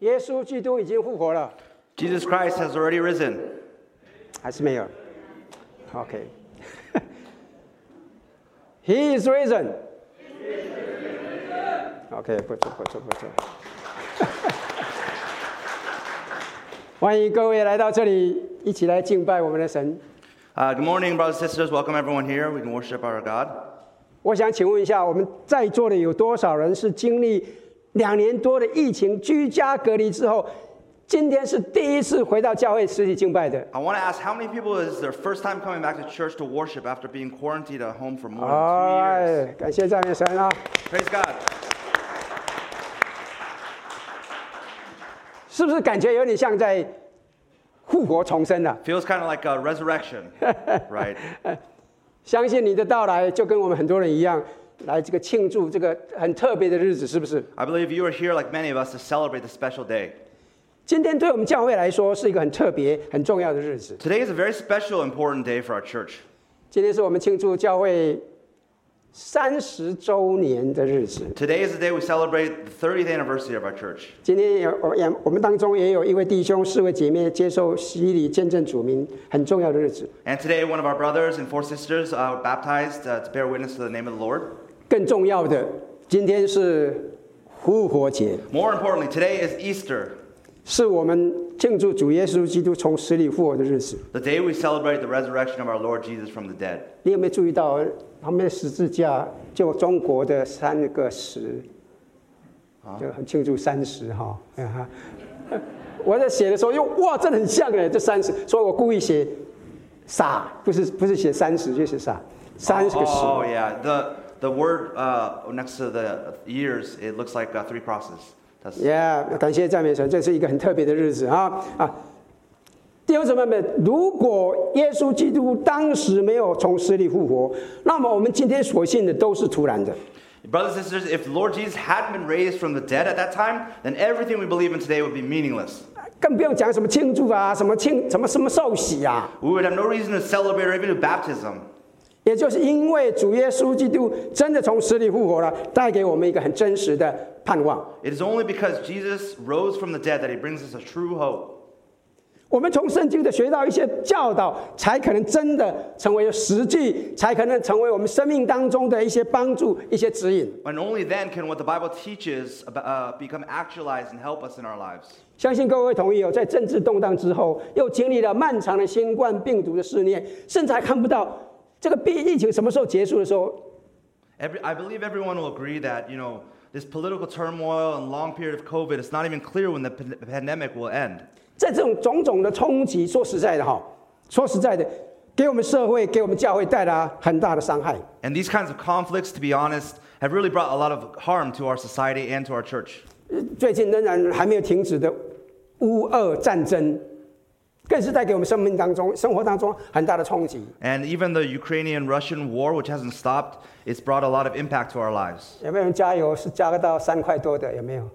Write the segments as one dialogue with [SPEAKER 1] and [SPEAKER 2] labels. [SPEAKER 1] 耶稣基督已经复活了，
[SPEAKER 2] Jesus Christ has already risen.
[SPEAKER 1] 还是没有？OK，He is risen。OK，不错不错不错。 欢迎各位来到这里，一起来敬拜我们的神。
[SPEAKER 2] Uh, good morning, brothers and sisters. Welcome everyone here. We can worship our God.
[SPEAKER 1] 我想请问一下，我们在座的有多少人是经历两年多的疫情居家隔离之后，今天是第一次回到教会实体敬拜的？
[SPEAKER 2] I want to ask how many people is their first time coming back to church to worship after being quarantined at home for more than two years?
[SPEAKER 1] 哎，感谢赞美神啊！
[SPEAKER 2] Praise God.
[SPEAKER 1] 是不是感觉有点像在复活重生啊了、
[SPEAKER 2] Feels kind of like a resurrection, right?
[SPEAKER 1] 相信你的到来，就跟我们很多人一样，来这个庆祝这个很特别的日子，是不是？
[SPEAKER 2] I believe you are here, like many of us, to celebrate this special day.
[SPEAKER 1] 今天对我们教会来说是一个很特别、很重要的日子。
[SPEAKER 2] Today is a very special, important day for our church.
[SPEAKER 1] 今天是我们庆祝教会三十周年的日子。
[SPEAKER 2] Today is the day we celebrate the 30th anniversary of our church.
[SPEAKER 1] 今天有我也我们当中也有一位弟兄、四位姐妹接受洗礼见证主名，很重要的日子。
[SPEAKER 2] And today, one of our brothers and four sisters uh, baptized uh, to bear witness to the name of the Lord.
[SPEAKER 1] 更重要的，今天是复活节，
[SPEAKER 2] More importantly, today is Easter,
[SPEAKER 1] 是我们庆祝主耶稣基督从死里复活的日子。
[SPEAKER 2] the day we celebrate the resurrection of our Lord Jesus from the dead.
[SPEAKER 1] 你有没有注意到旁边的十字架，就中国的三个十，就很庆祝三十哈。 我在写的时候，又哇，这很像哎，这三十，所以我故意写傻，不是不是写三十，就写傻，三十个十。
[SPEAKER 2] Oh, yeah. The, the word uh, next to the years, it looks like uh, three crosses. That's,
[SPEAKER 1] Yeah，感谢赞美神，这是一个很特别的日子啊啊！弟兄姊妹们，如果耶稣基督当时没有从死里复活，那么我们今天所信的都是突然的。
[SPEAKER 2] Brothers and sisters, if Lord Jesus hadn't been raised from the dead at that time, then everything we believe in today would be meaningless.
[SPEAKER 1] 更不用讲什么庆祝啊，什么庆什么什么受洗啊。
[SPEAKER 2] We would have no reason to celebrate or even do baptism.
[SPEAKER 1] 也就是因为主耶稣基督真的从死里复活了，带给我们一个很真实的盼望。
[SPEAKER 2] It is only because Jesus rose from the dead that he brings us a true hope.
[SPEAKER 1] 我们从圣经的学到一些教导，才可能真的成为实际，才可能成为我们生命当中的一些帮助、一些指引。
[SPEAKER 2] And only then can what the Bible teaches ab- uh, become actualized and help us in our lives.
[SPEAKER 1] 相信各位同意哦，在政治动荡之后，又经历了漫长的新冠病毒的试炼，甚至还看不到这个病疫情什么时候结束的时候，
[SPEAKER 2] Every, I believe everyone will agree that, you know, this political turmoil and long period of COVID, it's not even clear when the pan- pandemic will end.
[SPEAKER 1] 在这种种种的冲击，说实在的哈，说实在的，给我们社会、给我们教会带来很大的伤害。
[SPEAKER 2] And these kinds of conflicts, to be honest, have really brought a lot of harm to our society and to our church.
[SPEAKER 1] 最近仍然还没有停止的乌俄战争，更是带给我们生命当中、生活当中很大的冲击。
[SPEAKER 2] And even the Ukrainian Russian war, which hasn't stopped, it's brought a lot of impact to our lives.
[SPEAKER 1] 有没有人加油是加到三块多的？有没有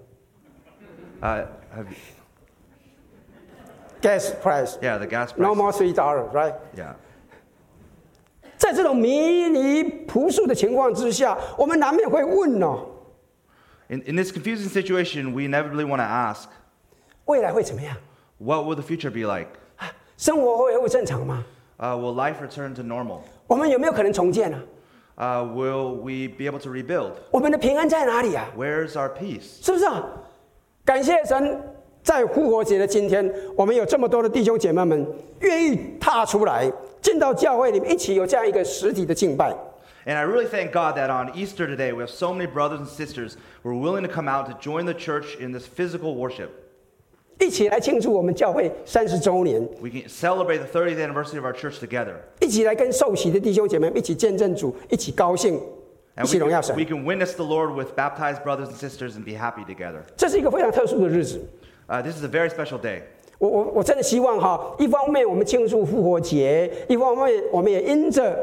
[SPEAKER 2] Uh, have-
[SPEAKER 1] ？Gas price
[SPEAKER 2] yeah, the gas price.
[SPEAKER 1] no more three dollar, right？
[SPEAKER 2] Yeah.
[SPEAKER 1] 在这种迷离朴素的情况之下，我们难免会问哦，
[SPEAKER 2] In, in this confusing situation, we inevitably want to ask,
[SPEAKER 1] 未来会怎么样？
[SPEAKER 2] what will the future be like?
[SPEAKER 1] 生活会会正常吗？
[SPEAKER 2] Uh, will life return to normal?
[SPEAKER 1] 我们有没有可能重建啊？
[SPEAKER 2] Uh, will we be able to rebuild?
[SPEAKER 1] 我们的平安在哪里啊？
[SPEAKER 2] Where's our peace?
[SPEAKER 1] 是不是啊？感谢神，在复活节的今天，我们有这么多的弟兄姐妹们愿意踏出来，进到教会里面，一起有这样一个实体的敬拜。
[SPEAKER 2] And I really thank God that on Easter today, we have so many brothers and sisters who are willing to come out to join the church in this physical worship.
[SPEAKER 1] 一起来庆祝我们教会三十周年，
[SPEAKER 2] We can celebrate the 30th anniversary of our church together.
[SPEAKER 1] 一起来跟受洗的弟兄姐妹们一起见证主，一起高兴，一
[SPEAKER 2] And
[SPEAKER 1] 起
[SPEAKER 2] we
[SPEAKER 1] 荣耀神
[SPEAKER 2] can, we。can witness the Lord with baptized brothers and sisters and be happy together.
[SPEAKER 1] 这是一个非常特殊的日子。
[SPEAKER 2] Uh, this is a very special day.
[SPEAKER 1] 我我我真的希望哈，一方面我们庆祝复活节，一方面我们也因着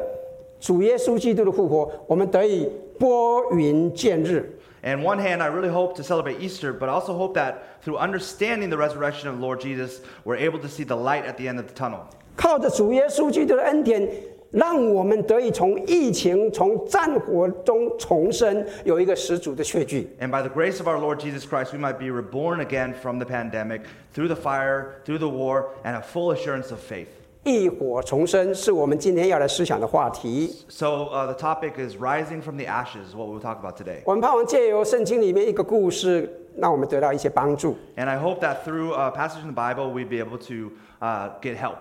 [SPEAKER 1] 主耶稣基督的复活，我们得以拨云见日。
[SPEAKER 2] And one hand, I really hope to celebrate Easter, but I also hope that through understanding the resurrection of Lord Jesus, we're able to see the light at the end of the tunnel.
[SPEAKER 1] 靠着主耶稣基督的恩典，让我们得以从疫情、从战火中重生，有一个十足的确据。
[SPEAKER 2] And by the grace of our Lord Jesus Christ, we might be reborn again from the pandemic, through the fire, through the war, and a full assurance of faith.
[SPEAKER 1] 浴火重生是我们今天要来思想的话题。
[SPEAKER 2] So uh, the topic is rising from the ashes, what we'll talk about today.
[SPEAKER 1] 我们盼望借由圣经里面一个故事，让我们得到一些帮助。
[SPEAKER 2] And I hope that through a passage in the Bible, we'd be able to uh, get help.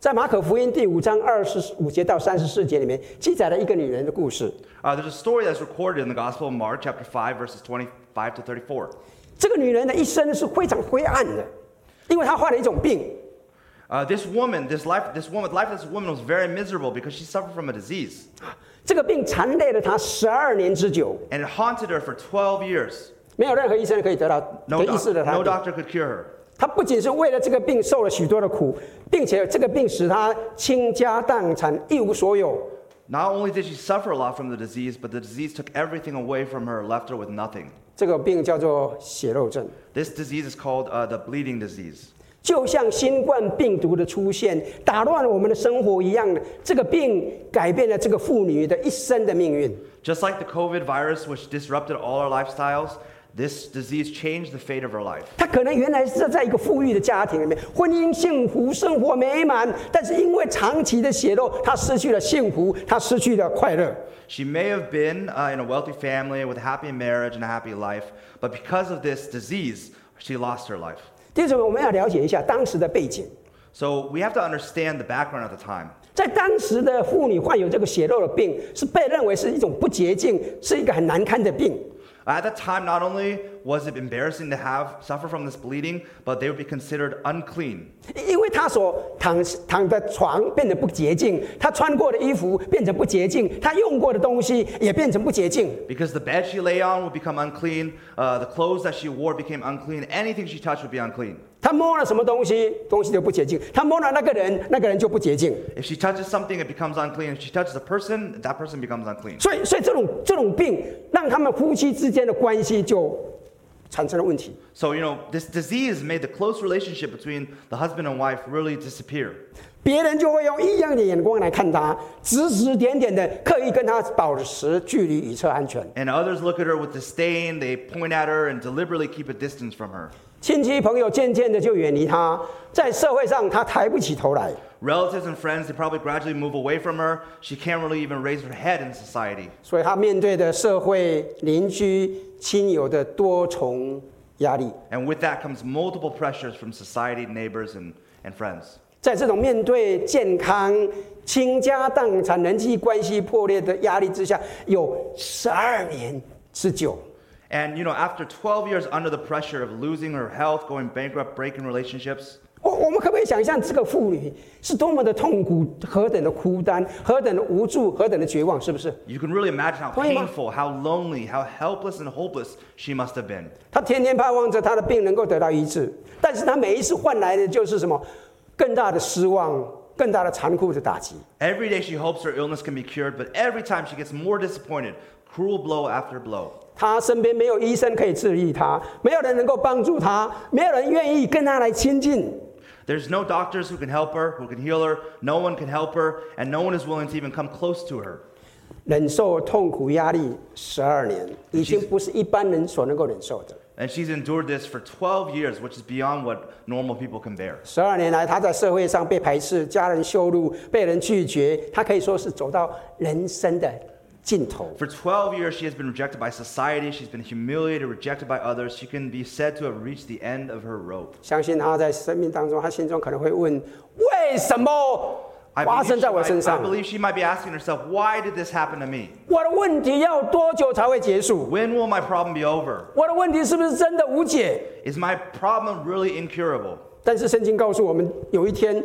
[SPEAKER 1] 在马可福音第五章二十五节到三十四节里面，记载了一个女人的故事。
[SPEAKER 2] Uh, there's a story that's recorded in the Gospel of Mark, chapter 5, verses 25 to 34.
[SPEAKER 1] 这个女人的一生是非常灰暗的，因为她患了一种病，
[SPEAKER 2] Uh, this woman, this life, this woman, life of this woman was very miserable because she suffered from a disease,
[SPEAKER 1] 这个病缠累了她十二年之久，
[SPEAKER 2] and it haunted her for 12 years.
[SPEAKER 1] 没有任何医生可以得到
[SPEAKER 2] No,
[SPEAKER 1] 得医
[SPEAKER 2] doc-
[SPEAKER 1] 治的她的
[SPEAKER 2] no
[SPEAKER 1] 病。
[SPEAKER 2] doctor could cure her.
[SPEAKER 1] 她不仅是为了这个病受了许多的苦，并且这个病使她倾家荡产，一无所有。
[SPEAKER 2] Not only did she suffer a lot from the disease, but the disease took everything away from her, left her with nothing.
[SPEAKER 1] 这个病叫做血漏症，
[SPEAKER 2] This disease is called uh, the bleeding disease.
[SPEAKER 1] 就像新冠病毒的出现打乱了我们的生活一样，这个病改变了这个妇女的一生的命运。
[SPEAKER 2] Just like the COVID virus, which disrupted all our lifestyles, this disease changed the fate of her life.
[SPEAKER 1] 她可能原来是在一个富裕的家庭里面，婚姻幸福，生活美满，但是因为长期的血肉，她失去了幸福，她失去了快乐。
[SPEAKER 2] She may have been uh, in a wealthy family with a happy marriage and a happy life, but because of this disease, she lost her life.
[SPEAKER 1] 第四，我们要了解一下当时的背景。
[SPEAKER 2] So we have to understand the background at the time.
[SPEAKER 1] 在当时的妇女患有这个血肉的病，是被认为是一种不洁净，是一个很难堪的病。
[SPEAKER 2] At that time, not only was it embarrassing to have suffer from this bleeding, but they would be considered unclean
[SPEAKER 1] 因为她所躺躺的床变得不洁净，她穿过的衣服变成不洁净，她用过的东西也变成不洁净。
[SPEAKER 2] because the bed she lay on would become unclean, uh, the clothes that she wore became unclean, anything she touched would be unclean.
[SPEAKER 1] 她摸了什么东西，东西就不洁净；她摸了那个人，那个人就不洁净。
[SPEAKER 2] If she touches something, it becomes unclean. If she touches a person, that person becomes unclean.
[SPEAKER 1] 所以，所以这种这种病让他们夫妻之间的关系就产生了问题。
[SPEAKER 2] So, you know, this disease made the close relationship between the husband and wife really disappear.
[SPEAKER 1] 别人就会用异样的眼光来看她，指指点点的，刻意跟她保持距离以测安全。
[SPEAKER 2] And others look at her with disdain, they point at her and deliberately keep a distance from her.
[SPEAKER 1] 亲戚朋友渐渐的就远离她，在社会上她抬不起头来。
[SPEAKER 2] Relatives and friends, they probably gradually move away from her. She can't really even raise her head in society.
[SPEAKER 1] 所以他面对的社会、邻居、亲友的多重压力，
[SPEAKER 2] And with that comes multiple pressures from society, neighbors, and, and friends.
[SPEAKER 1] 在这种面对健康、倾家荡产、人际关系破裂的压力之下，有十二年之久，
[SPEAKER 2] And, you know, after 12 years under the pressure of losing her health, going bankrupt, breaking relationships,
[SPEAKER 1] 我我们可不可以想象这个妇女是多么的痛苦、何等的孤单、何等的无助、何等的绝望？是不是？
[SPEAKER 2] You can really imagine how
[SPEAKER 1] Why am I-
[SPEAKER 2] painful, how lonely, how helpless and hopeless she must have been.
[SPEAKER 1] 她天天盼望着她的病能够得到医治，但是她每一次换来的就是什么？更大的失望、更大的残酷的打击。
[SPEAKER 2] Every day she hopes her illness can be cured, but every time she gets more disappointed, cruel blow after blow.
[SPEAKER 1] 他身边没有医生可以治愈他，没有人能够帮助他，没有人愿意跟他来亲近。
[SPEAKER 2] There's no doctors who can help her, who can heal her, no one can help her, and no one is willing to even come close to her.
[SPEAKER 1] 忍受痛苦压力十二年，已经不是一般人所能够忍受的。
[SPEAKER 2] And she's endured this for 12 years, which is beyond what normal people can bear.
[SPEAKER 1] 十二年来，他在社会上被排斥，家人羞辱，被人拒绝，他可以说是走到人生的尽头。
[SPEAKER 2] For 12 years, she has been rejected by society, she's been humiliated, rejected by others. She can be said to have reached the end of her rope.
[SPEAKER 1] 相信他在生命当中，他心中可能会问：为什么
[SPEAKER 2] I
[SPEAKER 1] 发
[SPEAKER 2] believe, she
[SPEAKER 1] 生在我
[SPEAKER 2] might,
[SPEAKER 1] 身
[SPEAKER 2] I
[SPEAKER 1] 上？
[SPEAKER 2] believe she might be asking herself, why did this happen to me?
[SPEAKER 1] 我的问题要多久才会结束？
[SPEAKER 2] When will my problem be over?
[SPEAKER 1] 我的问题是不是真的无解？
[SPEAKER 2] Is my problem really incurable?
[SPEAKER 1] 但是圣经告诉我们，有一天，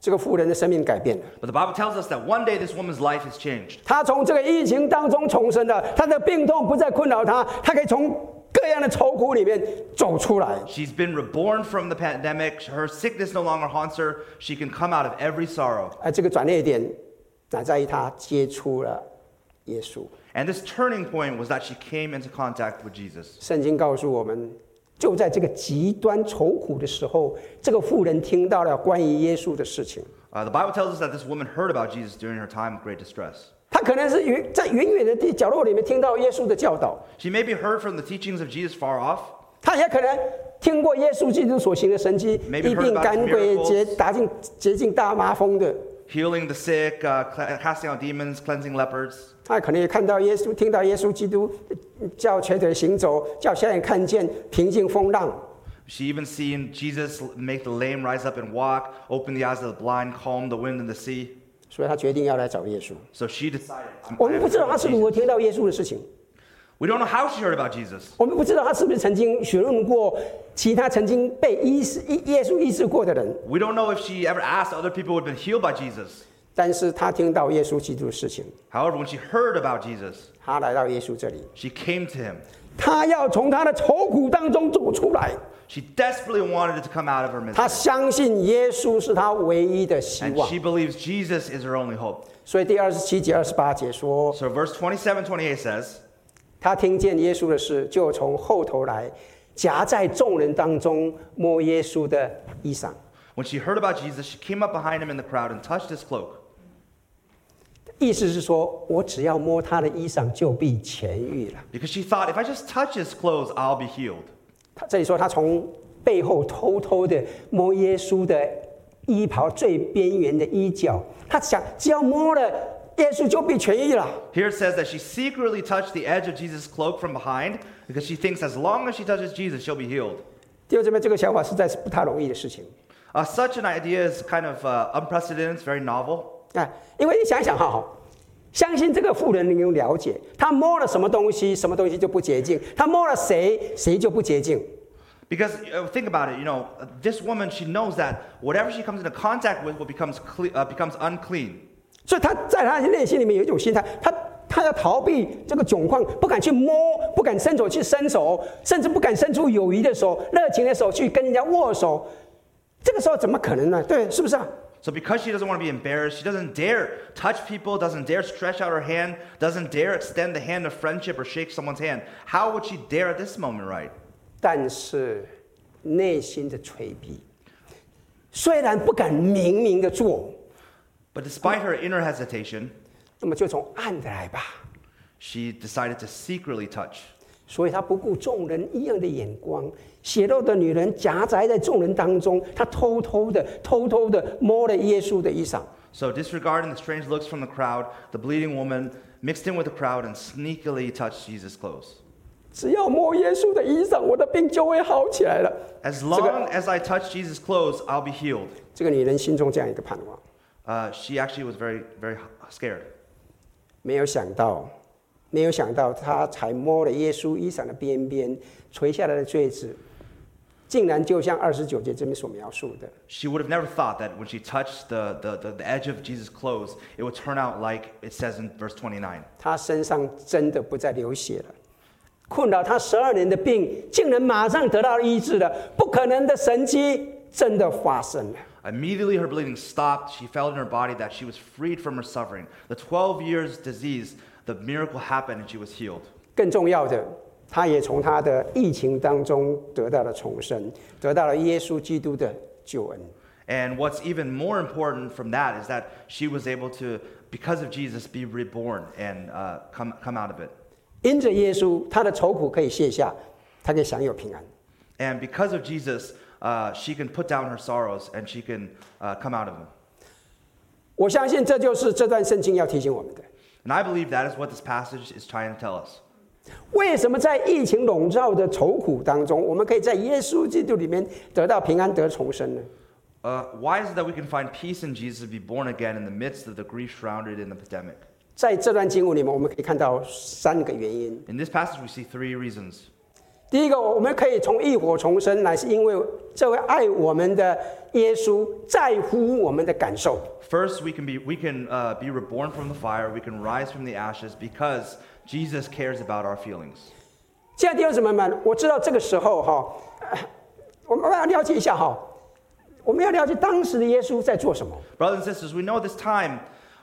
[SPEAKER 1] 这个妇人的生命改变了。
[SPEAKER 2] But the Bible tells us that one day this woman's life is changed.
[SPEAKER 1] 她从这个疫情当中重生了，她的病痛不再困扰她，她可以从各样的愁苦里面走出来。
[SPEAKER 2] She's been reborn from the pandemic. Her sickness no longer haunts her. She can come out of every sorrow.
[SPEAKER 1] 啊而这个转捩点乃在于她接触了耶稣。
[SPEAKER 2] And this turning point was that she came into contact with Jesus.
[SPEAKER 1] 圣经告诉我们，就在这个极端愁苦的时候，这个妇人听到了关于耶稣的事情。
[SPEAKER 2] Uh, the Bible tells us that this woman heard about Jesus during her time of great distress.
[SPEAKER 1] 他可能是远在远远的地角落里面听到耶稣的教导，
[SPEAKER 2] She maybe heard from the teachings of Jesus far off,
[SPEAKER 1] 他也可能听过耶稣基督所行的神迹，
[SPEAKER 2] Maybe
[SPEAKER 1] 医
[SPEAKER 2] heard
[SPEAKER 1] 病
[SPEAKER 2] about
[SPEAKER 1] 赶鬼、
[SPEAKER 2] miracles.
[SPEAKER 1] 洁打进洁净大麻风的，
[SPEAKER 2] healing the sick, uh, cl- casting out demons, cleansing lepers.
[SPEAKER 1] 他可能也看到耶稣，听到耶稣基督叫瘸腿行走，叫瞎眼看见，平静风浪。
[SPEAKER 2] She even seen Jesus make the lame rise up and walk, open the eyes of the blind, calm the wind and the sea.
[SPEAKER 1] 所以他决定要来找耶稣。
[SPEAKER 2] So she decided.
[SPEAKER 1] 我们不知道他是如何听到耶稣的事情，
[SPEAKER 2] We don't know how she heard about Jesus.
[SPEAKER 1] 我们不知道他是不是曾经询问过其他曾经被医治耶稣医治过的人，
[SPEAKER 2] We don't know if she ever asked other people who had been healed by Jesus.
[SPEAKER 1] 但是他听到耶稣基督的事情，
[SPEAKER 2] However, when she heard about Jesus,
[SPEAKER 1] 他来到耶稣这里，
[SPEAKER 2] she came to him.
[SPEAKER 1] 他要从他的愁苦当中走出来，
[SPEAKER 2] She desperately wanted to come out of her misery.
[SPEAKER 1] 他相信耶稣是他唯一的希
[SPEAKER 2] And
[SPEAKER 1] 望
[SPEAKER 2] she。believes Jesus is her only hope.
[SPEAKER 1] 所以第二十七节、二十八节说，
[SPEAKER 2] So verse 27, 28 says,
[SPEAKER 1] 他听见耶稣的事，就从后头来，夹在众人当中摸耶稣的衣裳。
[SPEAKER 2] When she heard about Jesus, she came up behind him in the crowd and touched his cloak.
[SPEAKER 1] 意思是说，我只要摸他的衣裳就必痊愈了。
[SPEAKER 2] Because she thought, if I just touch his clothes, I'll be healed.
[SPEAKER 1] 他这里说，他从背后偷偷的摸耶稣的衣袍最边缘的衣角，他想，只要摸了耶稣就必痊愈了。
[SPEAKER 2] Here it says that she secretly touched the edge of Jesus' cloak from behind because she thinks as long as she touches Jesus, she'll be healed.
[SPEAKER 1] 弟兄姊妹，这个想法实在是不太容易的事情
[SPEAKER 2] Uh, such an idea is kind of uh, unprecedented, it's very novel.
[SPEAKER 1] 啊，因为你想一想哈。相信这个妇人能够了解，她摸了什么东西，什么东西就不洁净；她摸了谁，谁就不洁净。
[SPEAKER 2] Because uh, think about it, you know, uh, this woman, she knows that whatever she comes into contact with will becomes, cle- uh, becomes unclean.
[SPEAKER 1] 所以她在她内心里面有一种心态，她她要逃避这个窘况，不敢去摸，不敢伸手去伸手，甚至不敢伸出友谊的手、热情的手去跟人家握手。这个时候怎么可能呢？对，是不是啊？
[SPEAKER 2] So because she doesn't want to be embarrassed, she doesn't dare touch people, doesn't dare stretch out her hand, doesn't dare extend the hand of friendship or shake someone's hand. How would she dare at this moment, right?
[SPEAKER 1] 但是内心的垂逼，虽然不敢明明的做，
[SPEAKER 2] But despite her inner hesitation,
[SPEAKER 1] 那么就从暗的来吧。
[SPEAKER 2] she decided to secretly touch.
[SPEAKER 1] 所以她不顾众人异样的眼光，血肉的女人夹杂在众人当中，她偷偷的、偷偷的摸了耶稣的衣裳。
[SPEAKER 2] So, disregarding the strange looks from the crowd, the bleeding woman mixed in with the crowd and sneakily touched Jesus' clothes.
[SPEAKER 1] 只要摸耶稣的衣裳，我的病就会好起来了。
[SPEAKER 2] As long as I touch Jesus' clothes, I'll be healed.
[SPEAKER 1] 这个女人心中这样一个盼望，
[SPEAKER 2] Uh, she actually was very, very scared.
[SPEAKER 1] 没有想到，没有想到，她才摸了耶稣衣裳的边边，垂下来的坠子，竟然就像二十九节这边所描述的，
[SPEAKER 2] She would have never thought that when she touched the, the, the, the edge of Jesus' clothes, it would turn out like it says in verse 29.
[SPEAKER 1] 她身上真的不再流血了。困扰她十二年的病，竟然马上得到医治了，不可能的神迹真的发生了。
[SPEAKER 2] Immediately, her bleeding stopped. She felt in her body that she was freed from her suffering. The 12 years' disease, the miracle happened and she was healed.
[SPEAKER 1] 更重要的，他也从他的疫情当中得到了重生，得到了耶稣基督的救恩。
[SPEAKER 2] And what's even more important from that is that she was able to, because of Jesus, be reborn and uh, come, come out of it.
[SPEAKER 1] 因着耶稣，他的愁苦可以卸下，他可以享有平安。
[SPEAKER 2] And because of Jesus, uh, she can put down her sorrows and she can uh, come out of them.
[SPEAKER 1] 我相信这就是这段圣经要提醒我们的。
[SPEAKER 2] And I believe that is what this passage is trying to tell us.
[SPEAKER 1] 为什么在疫情笼罩的愁苦当中，我们可以在耶稣基督里面得到平安、得重生呢？
[SPEAKER 2] Uh, why is it that we can find peace in Jesus and be born again in the midst of the grief shrouded in the pandemic?
[SPEAKER 1] 在这段经文里面，我们可以看到三个原因。
[SPEAKER 2] In this passage, we see three reasons.
[SPEAKER 1] 第一个，我们可以从一火重生，乃是因为这位爱我们的耶稣在乎我们的感受。
[SPEAKER 2] First, we can be, we can, uh, be reborn from the fire, we can rise from the ashes because Jesus cares about our feelings.
[SPEAKER 1] 现在弟兄姊妹们，我知道这个时候哈， 呃我们要了解一下哈，我们要了解当时的耶稣在做什么。
[SPEAKER 2] Brothers and sisters, we know this time,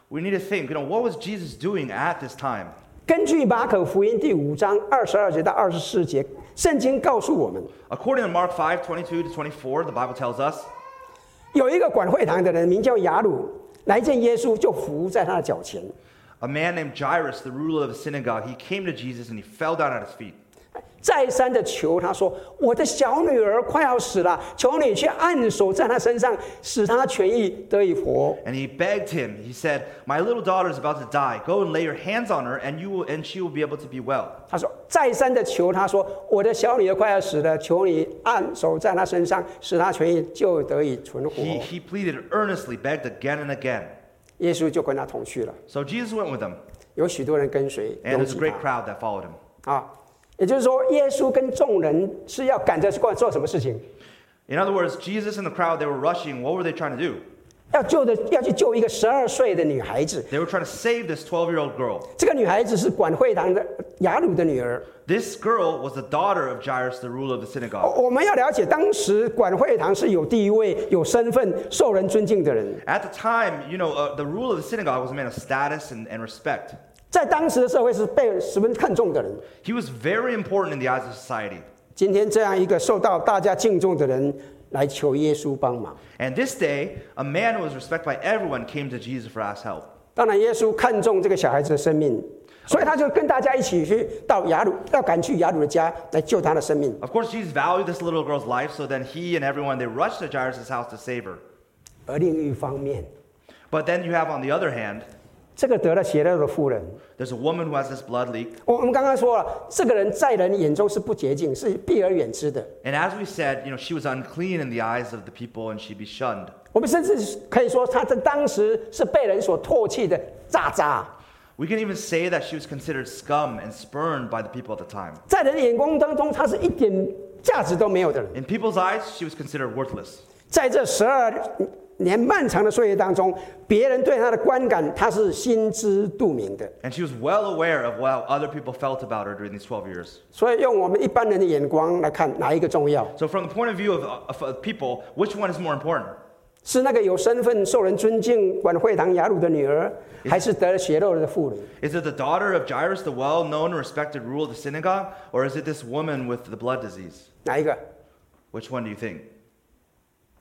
[SPEAKER 2] we need to think, you know, what was Jesus doing at this time?
[SPEAKER 1] 根据马可福音第五章二十二节到二十四节，圣经告诉我们，
[SPEAKER 2] According to Mark 5 22 to 24, the Bible tells us,
[SPEAKER 1] 有一个管会堂的人名叫雅鲁，来见耶稣，就伏在他的脚前。
[SPEAKER 2] A man named Jairus, the ruler of the synagogue, he came to Jesus and he fell down at his feet.
[SPEAKER 1] 再三的求他说：“我的小女儿快要死了，求你去按手在她身上，使她痊愈得以活。
[SPEAKER 2] And he begged him. He said, "My little daughter is about to die. Go and lay your hands on her, and you will, and she will be able to be well." ”
[SPEAKER 1] 他说：“再三的求他说，我的小女儿快要死了，求你按手在她身上，使她痊愈，就得以存活。”
[SPEAKER 2] He he pleaded earnestly, begged again and again.
[SPEAKER 1] 耶稣就跟他同去了，
[SPEAKER 2] So Jesus went with him, 有
[SPEAKER 1] 有许多人跟随
[SPEAKER 2] and
[SPEAKER 1] 拥
[SPEAKER 2] there's a
[SPEAKER 1] 挤
[SPEAKER 2] great crowd that followed him.
[SPEAKER 1] 他啊。也就是说，耶稣跟众人是要赶着去做什么事情？
[SPEAKER 2] In other words, Jesus and the crowd they were rushing. What were they trying to do?
[SPEAKER 1] 要救的，要去救一个十二岁的女孩子。
[SPEAKER 2] They were trying to save this 12-year-old girl.
[SPEAKER 1] 这个女孩子是管会堂的雅鲁的女儿。
[SPEAKER 2] This girl was the daughter of Jairus, the ruler of the synagogue.
[SPEAKER 1] 哦我们要了解，当时管会堂是有地位、有身份、受人尊敬的人，
[SPEAKER 2] At the time, you know, uh, the ruler of the synagogue was a man of status and, and respect.
[SPEAKER 1] 在当时的社会是被十分看重的人。
[SPEAKER 2] He was very important in the eyes of society.
[SPEAKER 1] 今天这样一个受到大家敬重的人来求耶稣帮忙，
[SPEAKER 2] And this day, a man who was respected by everyone came to Jesus for ask help.
[SPEAKER 1] 当然耶稣看重这个小孩子的生命，所以他就跟大家一起去到雅鲁，要赶去雅鲁的家来救他的生命。
[SPEAKER 2] Of course, Jesus valued this little girl's life, so then he and everyone they rushed to Jairus' house to save her.
[SPEAKER 1] 而另一方面，
[SPEAKER 2] But then you have, on the other hand,
[SPEAKER 1] 这个得了血漏的妇人，
[SPEAKER 2] there's a woman who has this blood leak,
[SPEAKER 1] 我我们刚刚说了，这个人在人眼中是不洁净，是避而远之的。
[SPEAKER 2] and as we said, you know, she was unclean in the eyes of the people, and she'd be shunned.
[SPEAKER 1] 我们甚至可以说，他在当时是被人所唾弃的渣渣，
[SPEAKER 2] We can even say that she was considered scum and spurned by the people at the time.
[SPEAKER 1] 在人的眼光当中，他是一点价值都没有的人。
[SPEAKER 2] In people's eyes, she was considered worthless.
[SPEAKER 1] 在这十二年漫长的岁月当中，别人对他的观感，他是心知肚明的。
[SPEAKER 2] And she was well aware of how other people felt about her during these 12 years.
[SPEAKER 1] 所以，用我们一般人的眼光来看，哪一个重要？
[SPEAKER 2] So, from the point of view of, of, of people, which one is more important?
[SPEAKER 1] 是那个有身份、受人尊敬、管会堂雅鲁的女儿，还是得了血肉的妇人？
[SPEAKER 2] Is it the daughter of Jairus, the well known and respected ruler of the synagogue, or is it this woman with the blood disease?
[SPEAKER 1] 哪一个
[SPEAKER 2] Which one do you think?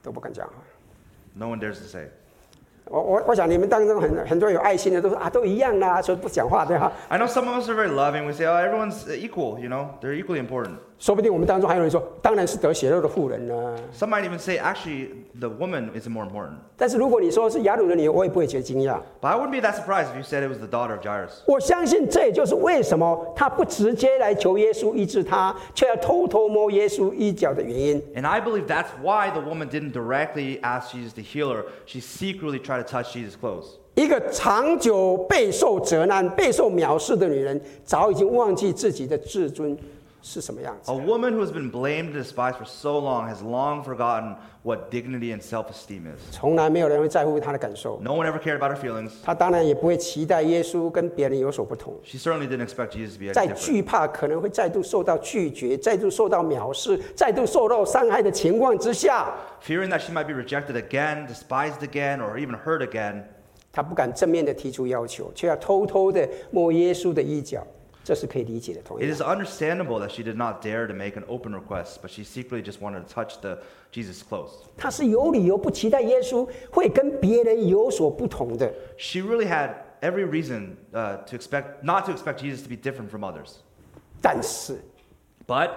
[SPEAKER 1] 都不敢讲啊！
[SPEAKER 2] No one dares to say.
[SPEAKER 1] 我我我想你们当中很很多有爱心的都说啊，都一样啦，所以不讲话对吧？
[SPEAKER 2] I know some of us are very loving. We say, oh, everyone's equal, you know, they're equally important.
[SPEAKER 1] 说不定我们当中还有人说，当然是得血肉的妇人呢、啊
[SPEAKER 2] Some might even say, actually, the woman is more important.
[SPEAKER 1] 但是如果你说是雅鲁的女，我也不会觉得惊讶。
[SPEAKER 2] But I wouldn't be that surprised if you said it was the daughter of Jairus.
[SPEAKER 1] 我相信这也就是为什么他不直接来求耶稣医治他，却要偷偷摸耶稣衣角的原因。
[SPEAKER 2] And I believe that's why the woman didn't directly ask Jesus to heal her. She secretly tried to touch Jesus' clothes.
[SPEAKER 1] 一个长久备受责难、备受藐视的女人，早已经忘记自己的自尊是什么样子
[SPEAKER 2] A。woman who has been blamed and despised for so long has long forgotten what dignity and self esteem is.
[SPEAKER 1] 从来没有人会在乎她的感受，
[SPEAKER 2] No one ever cared about her feelings.
[SPEAKER 1] 她当然也不会期待耶稣跟别人有所不同。
[SPEAKER 2] She certainly didn't expect Jesus to be
[SPEAKER 1] 在
[SPEAKER 2] different.
[SPEAKER 1] 惧怕可能会再度受到拒绝、再度受到藐视、再度受到伤害的情况之下，
[SPEAKER 2] Fearing that she might be rejected again, despised again, or even hurt again,
[SPEAKER 1] 他不敢正面的提出要求，却要偷偷的摸耶稣的衣角，这是可以理解的。同
[SPEAKER 2] it
[SPEAKER 1] 意
[SPEAKER 2] is understandable that she did not dare to make an open request, but she secretly just wanted to touch the Jesus' clothes.
[SPEAKER 1] 他是有理由不期待耶稣会跟别人有所不同的。
[SPEAKER 2] She really had every reason uh, to expect not to expect Jesus to be different from others.
[SPEAKER 1] 但是
[SPEAKER 2] But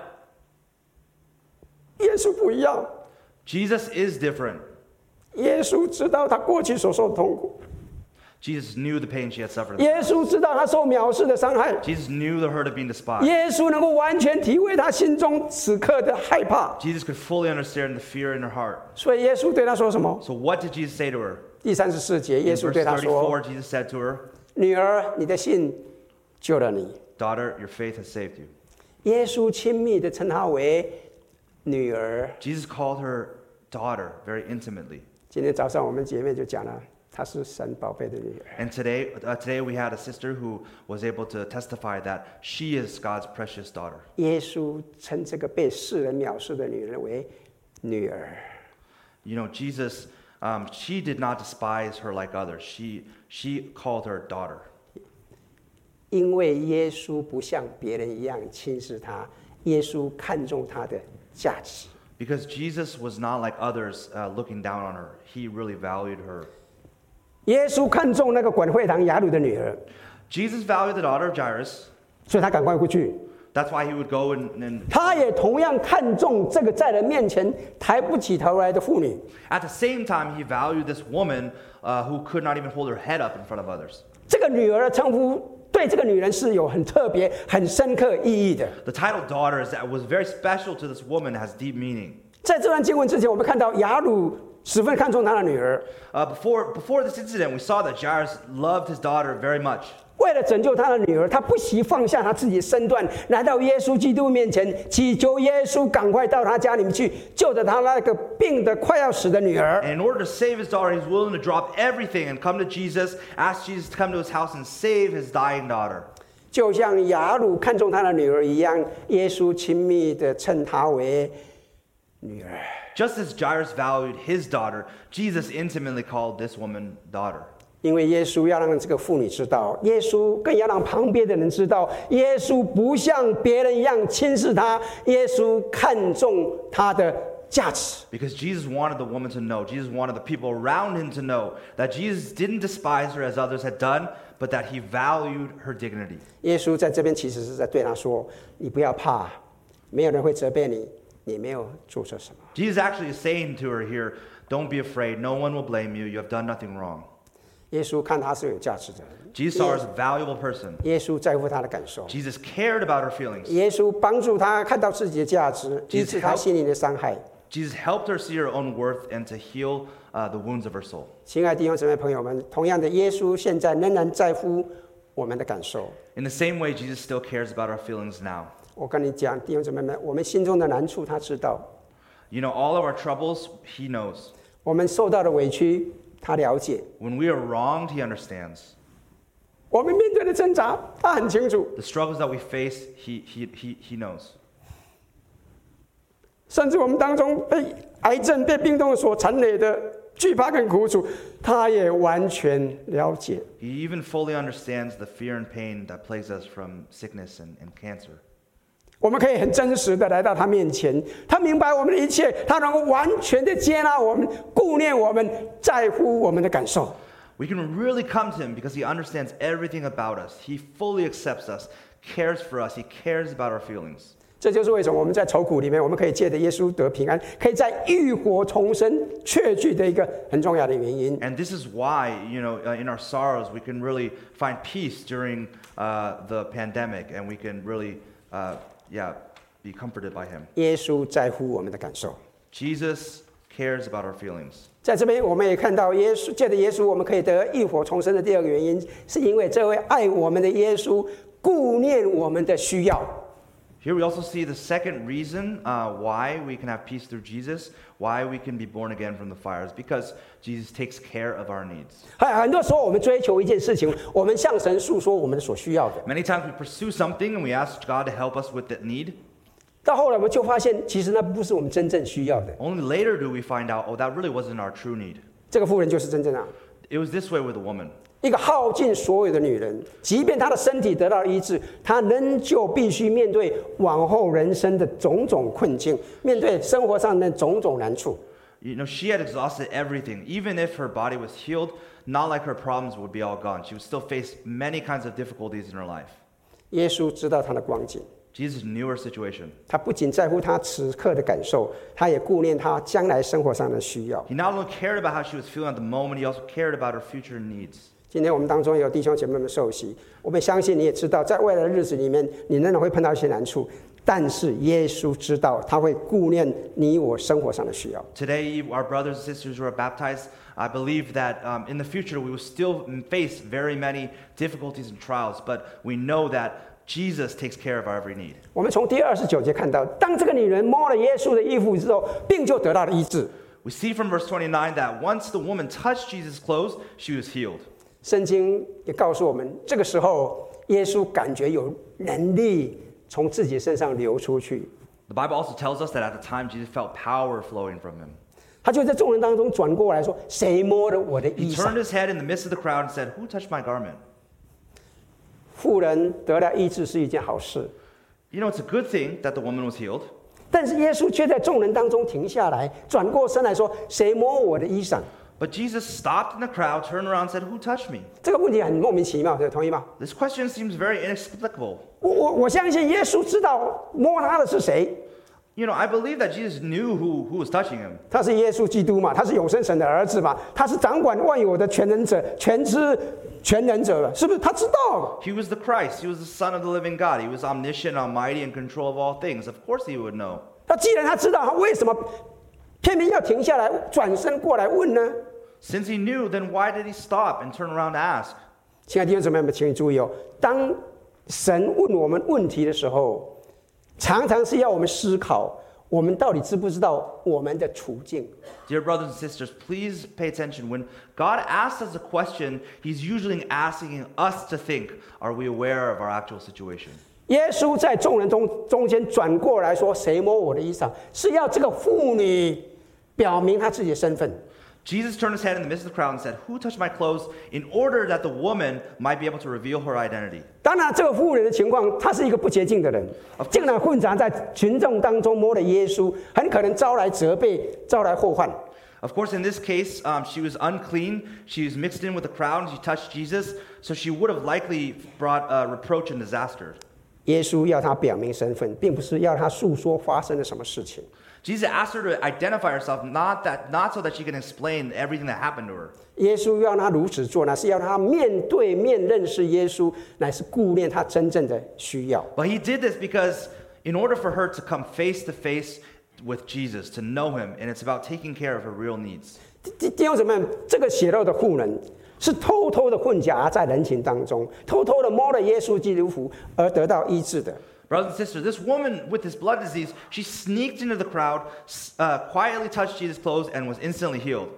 [SPEAKER 1] 耶稣不一样，
[SPEAKER 2] Jesus is different.
[SPEAKER 1] 耶稣知道他过去所受的痛苦，
[SPEAKER 2] Jesus knew the pain she had suffered.
[SPEAKER 1] 耶稣知道他受藐视的伤害，
[SPEAKER 2] Jesus knew the hurt of being despised.
[SPEAKER 1] 耶稣能够完全体会他心中此刻的害怕。
[SPEAKER 2] Jesus could fully understand the fear in her heart.
[SPEAKER 1] 所以耶稣对他说什么？
[SPEAKER 2] So what did Jesus say to her?
[SPEAKER 1] 第三十四节，耶
[SPEAKER 2] In
[SPEAKER 1] 稣
[SPEAKER 2] verse
[SPEAKER 1] 对他说
[SPEAKER 2] 34, Jesus said to her,：“
[SPEAKER 1] 女儿，你的信救了你。”
[SPEAKER 2] Daughter, your faith has saved you.
[SPEAKER 1] 耶稣亲密的称她为女儿。
[SPEAKER 2] Jesus called her daughter very intimately.
[SPEAKER 1] 今天早上我们姐妹就讲了，她是神宝贝的女儿。
[SPEAKER 2] And today, uh, today we had a sister who was able to testify that she is God's precious daughter.
[SPEAKER 1] 耶稣称这个被世人藐视的女人为女儿。
[SPEAKER 2] You know, Jesus, um, she did not despise her like others. She, she called her daughter
[SPEAKER 1] 因为耶稣不像别人一样轻视她，耶稣看重她的价值。
[SPEAKER 2] Because Jesus was not like others uh, looking down on her. He really valued her.
[SPEAKER 1] 耶稣看中那个管会堂雅鲁的女儿，
[SPEAKER 2] Jesus valued the daughter of Jairus.
[SPEAKER 1] 所以他赶快过去。
[SPEAKER 2] That's why he would go and, and
[SPEAKER 1] 他也同样看重这个在人面前抬不起头来的妇女。
[SPEAKER 2] at the same time, he valued this woman uh, who could not even hold her head up in front of others.
[SPEAKER 1] 这个女儿的称呼对这个女人是有很特别、很深刻意义的。
[SPEAKER 2] The title daughter is, that was very special to this woman, has deep meaning.
[SPEAKER 1] 在这段经文之前，我们看到雅鲁十分看重他的女儿，
[SPEAKER 2] Uh, before, before this incident, we saw that Jairus loved his daughter very much.
[SPEAKER 1] 为了拯救他的女儿，他不惜放下他自己的身段，来到耶稣基督面前，祈求耶稣赶快到他家里面去，救着他那个病得快要死的女儿。
[SPEAKER 2] And in order to save his daughter, he's willing to drop everything and come to Jesus, ask Jesus to come to his house and save his dying daughter.
[SPEAKER 1] 就像雅鲁看重他的女儿一样，耶稣亲密的称她为女儿。
[SPEAKER 2] Just as Jairus valued his daughter, Jesus intimately called this woman daughter.
[SPEAKER 1] 因为耶稣要让这个妇女知道，耶稣更要让旁边的人知道，耶稣不像别人一样轻视她，耶稣看重她的价值。
[SPEAKER 2] Because Jesus wanted the woman to know, Jesus wanted the people around him to know that Jesus didn't despise her as others had done, but that he valued her dignity.
[SPEAKER 1] 耶稣在这边其实是在对她说：“你不要怕，没有人会责备你，你没有做错什么。
[SPEAKER 2] Jesus actually is saying to her here, Don't be afraid, no one will blame you, you have done nothing wrong. ”
[SPEAKER 1] 耶稣看她是有价值的，
[SPEAKER 2] Jesus saw her as a valuable person.
[SPEAKER 1] 耶稣在乎她的感受，
[SPEAKER 2] Jesus cared about her feelings.
[SPEAKER 1] 耶稣帮助她看到自己的价值，医治她心灵的伤害。
[SPEAKER 2] Jesus helped her see her own worth and to heal uh, the wounds of her soul.
[SPEAKER 1] 亲爱的弟兄姊妹朋友们，同样的，耶稣现在仍然在乎我们的感受。
[SPEAKER 2] In the same way, Jesus still cares about our feelings now.
[SPEAKER 1] 我跟你讲，弟兄姊妹们，我们心中的难处他知道，
[SPEAKER 2] You know, all of our troubles, He knows.
[SPEAKER 1] 我们受到的委屈他了解，
[SPEAKER 2] When we are wronged, He understands.
[SPEAKER 1] 我们面对的挣扎他很清楚，
[SPEAKER 2] The struggles that we face, He, he, he, he knows.
[SPEAKER 1] 甚至我们当中被癌症、被病痛所残累的惧怕跟苦楚，他也完全了解。
[SPEAKER 2] He even fully understands the fear and pain that plagues us from sickness and, and cancer.
[SPEAKER 1] 我们可以很真实的来到他面前，他明白我们的一切，他能够完全的接纳我们、顾念我们、在乎我们的感受。
[SPEAKER 2] We can really come to Him because He understands everything about us. He fully accepts us, cares for us, He cares about our feelings.
[SPEAKER 1] 这就是为什么我们在愁苦里面，我们可以借着耶稣得平安，可以在浴火重生、确据的一个很重要的原因。
[SPEAKER 2] And this is why, you know, uh, in our sorrows, we can really find peace during uh, the pandemic, and we can really, uh, yeah, be comforted by Him.
[SPEAKER 1] 耶稣在乎我们的感受。
[SPEAKER 2] Jesus cares about our feelings.
[SPEAKER 1] 在这边，我们也看到耶稣借着耶稣，我们可以得浴火重生的第二个原因，是因为这位爱我们的耶稣顾念我们的需要。
[SPEAKER 2] Here we also see the second reason uh, why we can have peace through Jesus, why we can be born again from the fires, because Jesus takes care of our needs.
[SPEAKER 1] 很很多时候，我们追求一件事情，我们向神诉说我们所需要的，
[SPEAKER 2] Many times we pursue something and we ask God to help us with that need.
[SPEAKER 1] 到后来我们就发现，其实那不是我们真正需要的。
[SPEAKER 2] Only later do we find out, oh, that really wasn't our true need.
[SPEAKER 1] 这个妇人就是真正啊，
[SPEAKER 2] It was this way with a woman.
[SPEAKER 1] 一个耗尽所有的女人，即便她的身体得到医治，她仍旧必须面对往后人生的种种困境，面对生活上的种种难处。
[SPEAKER 2] You know, she had exhausted everything. Even if her body was healed, not like her problems would be all gone. She would still face many kinds of difficulties in her life.
[SPEAKER 1] 耶稣知道她的光景，
[SPEAKER 2] Jesus knew her situation.
[SPEAKER 1] 他不仅在乎她此刻的感受，他也顾念她将来生活上的需要。
[SPEAKER 2] He not only cared about how she was feeling at the moment, he also cared about her future needs.
[SPEAKER 1] 今天我们当中有弟兄姐妹们受洗，我们相信你也知道，在未来的日子里面，你仍然会碰到一些难处，但是耶稣知道，他会顾念你我生活上的需要。
[SPEAKER 2] Today, our brothers and sisters who are baptized, I believe that um, in the future we will still face very many difficulties and trials, but we know that Jesus takes care of our every need.
[SPEAKER 1] 我们从第二十九节看到，当这个女人摸了耶稣的衣服之后，病就得到了医治。
[SPEAKER 2] We see from verse 29 that once the woman touched Jesus' clothes, she was healed.
[SPEAKER 1] 圣经也告诉我们，这个时候耶稣感觉有能力从自己身上流出去，
[SPEAKER 2] The Bible also tells us that at the time Jesus felt power flowing from him.
[SPEAKER 1] 他就在众人当中转过来说：“谁摸了我的
[SPEAKER 2] He
[SPEAKER 1] 衣裳
[SPEAKER 2] turned his head in the midst of the crowd and said, Who touched my garment?？”
[SPEAKER 1] 妇人得了医治是一件好事，
[SPEAKER 2] You know, it's a good thing that the woman was healed.
[SPEAKER 1] 但是耶稣却在众人当中停下来，转过身来说：“谁摸我的衣裳
[SPEAKER 2] But Jesus stopped in the crowd, turned around, and said, Who touched me?？”
[SPEAKER 1] 这个问题很莫名其妙，对，同意吗？
[SPEAKER 2] This question seems very inexplicable.
[SPEAKER 1] 我我我相信耶稣知道摸他的是谁，
[SPEAKER 2] You know, I believe that Jesus knew who, who was touching him.
[SPEAKER 1] 他是耶稣基督嘛，他是永生神的儿子嘛，他是掌管万有的全能者、全知、全能者了，是不是？他知道，
[SPEAKER 2] He was the Christ. He was the Son of the living God. He was omniscient, almighty, in control of all things. Of course he would know.
[SPEAKER 1] 那既然他知道，他为什么偏偏要停下来，转身过来问呢？
[SPEAKER 2] Since he knew, then why did he stop and turn around to ask?
[SPEAKER 1] 亲爱的弟兄姊妹们，请你注意哦，当神问我们问题的时候，常常是要我们思考，我们到底知不知道我们的处境？
[SPEAKER 2] Dear brothers and sisters, please pay attention. When God asks us a question, he's usually asking us to think, are we aware of our actual situation?
[SPEAKER 1] 耶稣在众人中中间转过来说：“谁摸我的衣裳？”是要这个妇女表明她自己的身份。
[SPEAKER 2] Jesus turned his head in the midst of the crowd and said, Who touched my clothes? in order that the woman might be able to reveal her identity.
[SPEAKER 1] 当然，这个妇人的情况，她是一个不洁净的人，竟然混杂在群众当中摸了耶稣，很可能招来责备，招来祸患。
[SPEAKER 2] Of course, in this case, um, she was unclean. She was mixed in with the crowd and she touched Jesus, so she would have likely brought uh, reproach and disaster.
[SPEAKER 1] 耶稣要她表明身份，并不是要她诉说发生了什么事情。
[SPEAKER 2] Jesus asked her to identify herself, not, that, not so that she can explain everything that happened to her.
[SPEAKER 1] 耶稣要她如此做呢，是要她面对面认识耶稣，乃是顾念她真正的需要。
[SPEAKER 2] But he did this because, in order for her to come face to face with Jesus, to know him, and it's about taking care of her real needs.
[SPEAKER 1] 弟弟兄姊妹们，这个血肉的妇人是偷偷的混杂在人群当中，偷偷的摸了耶稣基督服而得到医治的。
[SPEAKER 2] Brothers and sisters, this woman with this blood disease, she sneaked into the crowd, s- uh, quietly touched Jesus' clothes, and was instantly healed.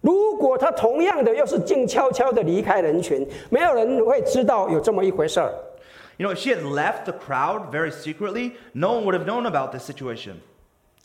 [SPEAKER 1] 如果他同样的又是静悄悄的离开人群，没有人会知道有这么一回事儿。
[SPEAKER 2] You know, if she had left the crowd very secretly, no one would have known about this situation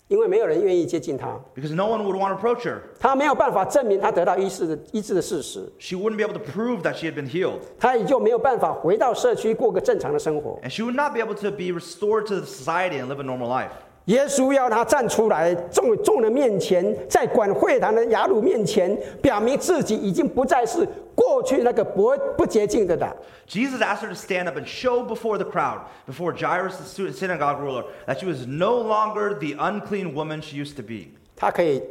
[SPEAKER 1] 因为没有人愿意接近他，
[SPEAKER 2] because no one would want to approach her.
[SPEAKER 1] 他没有办法证明他得到医治的医治的事实，
[SPEAKER 2] She wouldn't be able to prove that she had been healed,
[SPEAKER 1] 他也就没有办法回到社区过个正常的生活。
[SPEAKER 2] and she would not be able to be restored to the society and live a normal life.
[SPEAKER 1] 耶稣要他站出来，众众人面前，在管会堂的雅鲁面前，表明自己已经不再是过去那个不不洁净的了。
[SPEAKER 2] Jesus asked her to stand up and show before the crowd, before Jairus, the stu- synagogue ruler, that she was no longer the unclean woman she used to be.
[SPEAKER 1] 他可以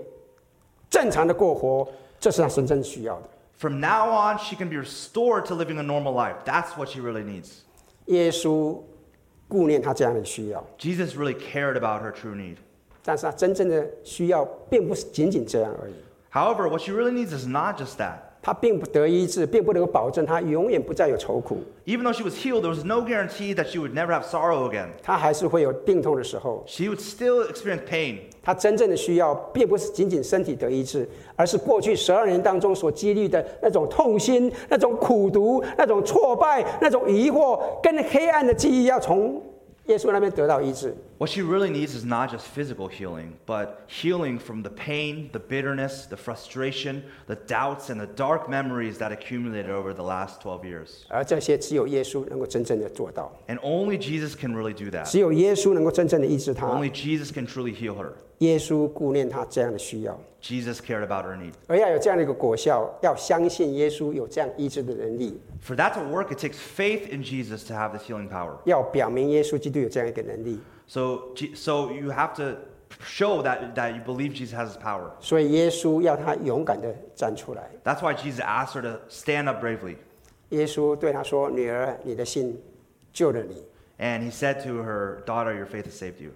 [SPEAKER 1] 正常的过活，这是他真正需要的。
[SPEAKER 2] From now on, she can be restored to living a normal life. That's what she really needs.
[SPEAKER 1] 耶稣顾念他这样的需要，
[SPEAKER 2] Jesus really cared about her true need.
[SPEAKER 1] 但是他真正的需要并不是仅仅这样而已。
[SPEAKER 2] However, what she really needs is not just that.
[SPEAKER 1] 他并不得医治，并不能够保证他永远不再有愁苦，
[SPEAKER 2] Even though she was healed, there was no guarantee that she would never have sorrow again.
[SPEAKER 1] 他还是会有病痛的时候。
[SPEAKER 2] She would still experience pain.
[SPEAKER 1] 他真正的需要，并不是仅仅身体得医治，而是过去十二年当中所积累的那种痛心、那种苦毒、那种挫败、那种疑惑跟黑暗的记忆，要从耶稣那边得到医治。
[SPEAKER 2] What she really needs is not just physical healing, but healing from the pain, the bitterness, the frustration, the doubts, and the dark memories that accumulated over the last 12 years.
[SPEAKER 1] 而这些只有耶稣能够真正的做到，
[SPEAKER 2] And only Jesus can really do that.
[SPEAKER 1] 只有耶稣能够真正的医治他。
[SPEAKER 2] Only Jesus can truly heal her.
[SPEAKER 1] 耶稣顾念他这样的需要，
[SPEAKER 2] Jesus cared about her need.
[SPEAKER 1] 而要有这样的一个果效，要相信耶稣有这样医治的能力，
[SPEAKER 2] For that to work, it takes faith in Jesus to have this healing power.
[SPEAKER 1] 要表明耶稣基督有这样一个能力。
[SPEAKER 2] So, Je- so you have to show that, that you believe Jesus has his power.
[SPEAKER 1] 所以耶稣要他勇敢的站出来。
[SPEAKER 2] That's why Jesus asked her to stand up bravely.
[SPEAKER 1] 耶稣对他说：“女儿，你的信救了你。
[SPEAKER 2] And he said to her, Daughter, your faith has saved you. ”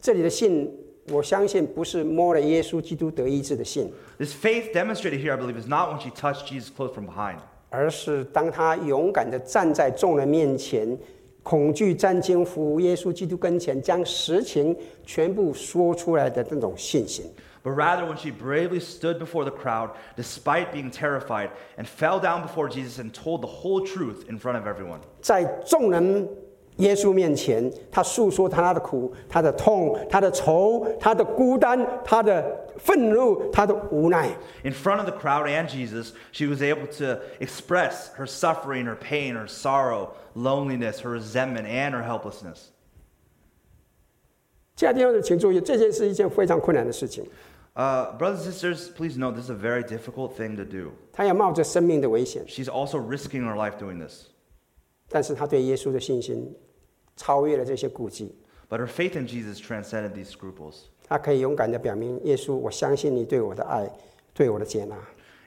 [SPEAKER 1] 这里的信，我相信不是摸了耶稣基督得医治的信，
[SPEAKER 2] This faith demonstrated here, I believe, is not when she touched Jesus' clothes from behind,
[SPEAKER 1] 而是当他勇敢地站在众人面前，恐惧战惊服耶稣基督跟前，将实情全部说出来的那种信心。
[SPEAKER 2] but rather when she bravely stood before the crowd, despite being terrified, and fell down before Jesus and told the whole truth in front of everyone.
[SPEAKER 1] 在众人耶稣面前，他诉说他的苦、他的痛、他的愁、他的孤单、他的愤怒、他的无奈。
[SPEAKER 2] In front of the crowd and Jesus, she was able to express her suffering, her pain, her sorrow, loneliness, her resentment, and her helplessness.
[SPEAKER 1] 其他弟兄们请注意，这件是一件非常困难的事情，
[SPEAKER 2] Uh, brothers and sisters, please know this is a very difficult thing to do.
[SPEAKER 1] 他要冒着生命的危险，
[SPEAKER 2] She's also risking her life doing this.
[SPEAKER 1] 但是他对耶稣的信心超越了这些顾忌，
[SPEAKER 2] But her faith in Jesus transcended these scruples.
[SPEAKER 1] 他可以勇敢地表明：耶稣，我相信你对我的爱，对我的接纳，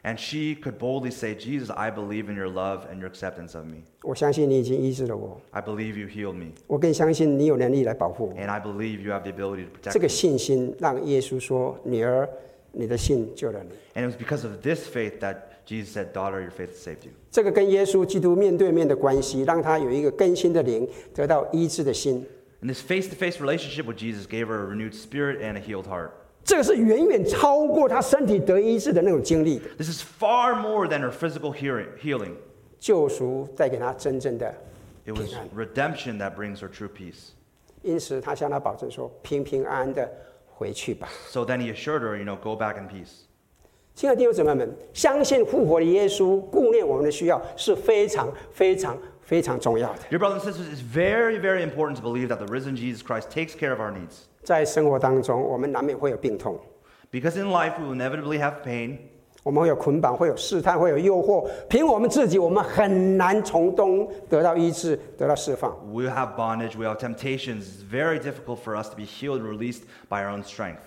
[SPEAKER 2] And she could boldly say, Jesus, I believe in your love and your acceptance of me.
[SPEAKER 1] 我相信你已经医治了我，
[SPEAKER 2] I believe you healed me.
[SPEAKER 1] 我更相信你有能力来保护我。
[SPEAKER 2] And I believe you have the ability to protect
[SPEAKER 1] 这
[SPEAKER 2] me.
[SPEAKER 1] 个信心让耶稣说：“女儿，你的信救了你。
[SPEAKER 2] And it was because of this faith that Jesus said, Daughter, your faith has saved you. ”
[SPEAKER 1] 这个跟耶稣基督面对面的关系，让他有一个更新的灵，得到医治的心。
[SPEAKER 2] And this face to face relationship with Jesus gave her a renewed spirit and a healed heart.
[SPEAKER 1] 这个是远远超过他身体得医治的那种经历的。
[SPEAKER 2] This is far more than her physical hearing, healing.
[SPEAKER 1] 救赎带给他真正的
[SPEAKER 2] It was
[SPEAKER 1] 平安，
[SPEAKER 2] redemption that brings her true peace.
[SPEAKER 1] 因此他向他保证说：“平平安安的回去吧。
[SPEAKER 2] So then he assured her, you know, go back in peace. ”
[SPEAKER 1] 亲爱的弟兄姊妹们，相信复活的耶稣顾念我们的需要是非常非常非常重要的。
[SPEAKER 2] Dear brothers and sisters, it's very, very important to believe that the risen Jesus Christ takes care of our needs.
[SPEAKER 1] 在生活当中，我们难免会有病痛，
[SPEAKER 2] Because in life, we will inevitably have pain.
[SPEAKER 1] 我们会有捆绑，会有试探，会有诱惑。凭我们自己，我们很难从中得到医治，得到释放。
[SPEAKER 2] We'll have bondage. We'll have temptations. It's very difficult for us to be healed and released by our own strength.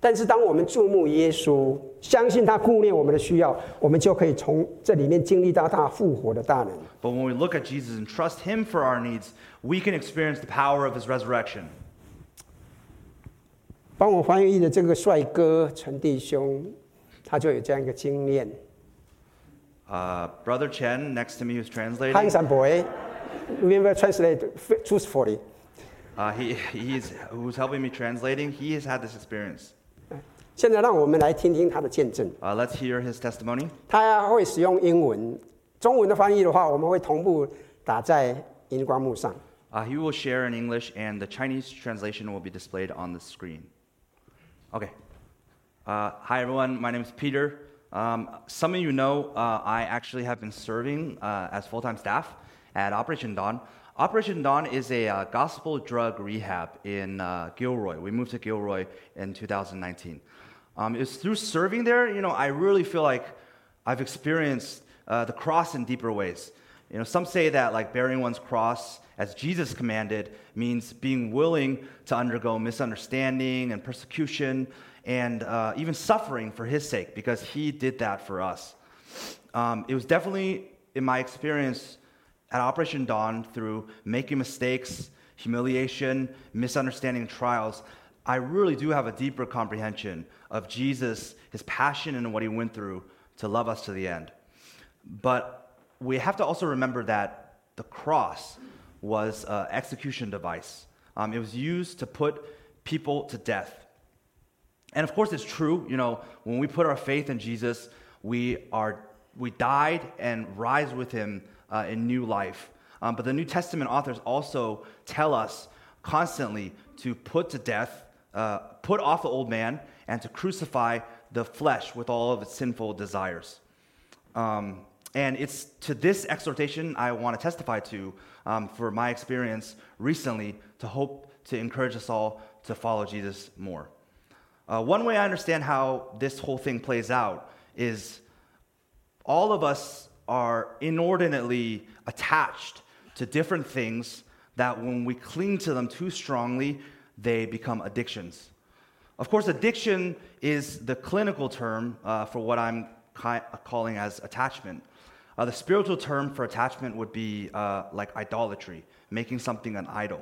[SPEAKER 1] 但是，当我们注目耶稣，相信他顾念我们的需要，我们就可以从这里面经历到他复活的大能。
[SPEAKER 2] But when we look at Jesus and trust him for our needs, we can experience the power of his resurrection.
[SPEAKER 1] 帮我翻译的这个帅哥陈弟兄，他就有这样一个经验。
[SPEAKER 2] Uh, Brother Chen, next to me, who's translating,
[SPEAKER 1] Handsome boy, remember translate truthfully.
[SPEAKER 2] uh, he, he's, who's helping me translating, he has had this experience.
[SPEAKER 1] 现在让我们来听听他的见证。
[SPEAKER 2] Uh, let's hear his testimony.
[SPEAKER 1] 他会使用英文，中文的翻译的话，我们会同步打在荧光幕上。
[SPEAKER 2] Uh, he will share in English, and the Chinese translation will be displayed on the screen. Okay. Uh, hi, everyone. My name is Peter. Um, some of you know uh, I actually have been serving uh, as full time staff at Operation Dawn. Operation Dawn is a uh, gospel drug rehab in uh, Gilroy. We moved to Gilroy in 2019. Um, it's through serving there, you know, I really feel like I've experienced uh, the cross in deeper ways. You know, some say that like bearing one's cross, as Jesus commanded, means being willing to undergo misunderstanding and persecution and uh, even suffering for His sake, because He did that for us. Um, it was definitely, in my experience at Operation Dawn, through making mistakes, humiliation, misunderstanding, trials, I really do have a deeper comprehension of Jesus, His passion, and what He went through to love us to the end. But we have to also remember that the cross was an execution device. Um, it was used to put people to death. And of course, it's true. You know, when we put our faith in Jesus, we are we died and rise with Him uh, in new life. Um, but the New Testament authors also tell us constantly to put to death, uh, put off the old man, and to crucify the flesh with all of its sinful desires. Um, and it's to this exhortation I want to testify to um, for my experience recently to hope to encourage us all to follow Jesus more. Uh, one way I understand how this whole thing plays out is all of us are inordinately attached to different things that when we cling to them too strongly, they become addictions. Of course, addiction is the clinical term uh, for what I'm ki- calling as attachment. Uh, the spiritual term for attachment would be uh, like idolatry, making something an idol.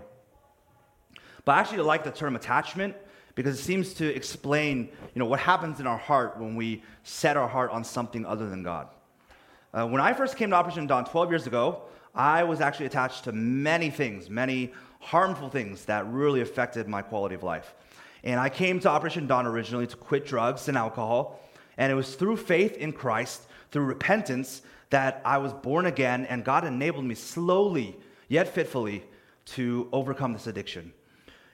[SPEAKER 2] But I actually like the term attachment because it seems to explain, you know, what happens in our heart when we set our heart on something other than God. Uh, when I first came to Operation Dawn 12 years ago, I was actually attached to many things, many harmful things that really affected my quality of life. And I came to Operation Dawn originally to quit drugs and alcohol. And it was through faith in Christ, through repentance, that I was born again, and God enabled me slowly, yet fitfully, to overcome this addiction.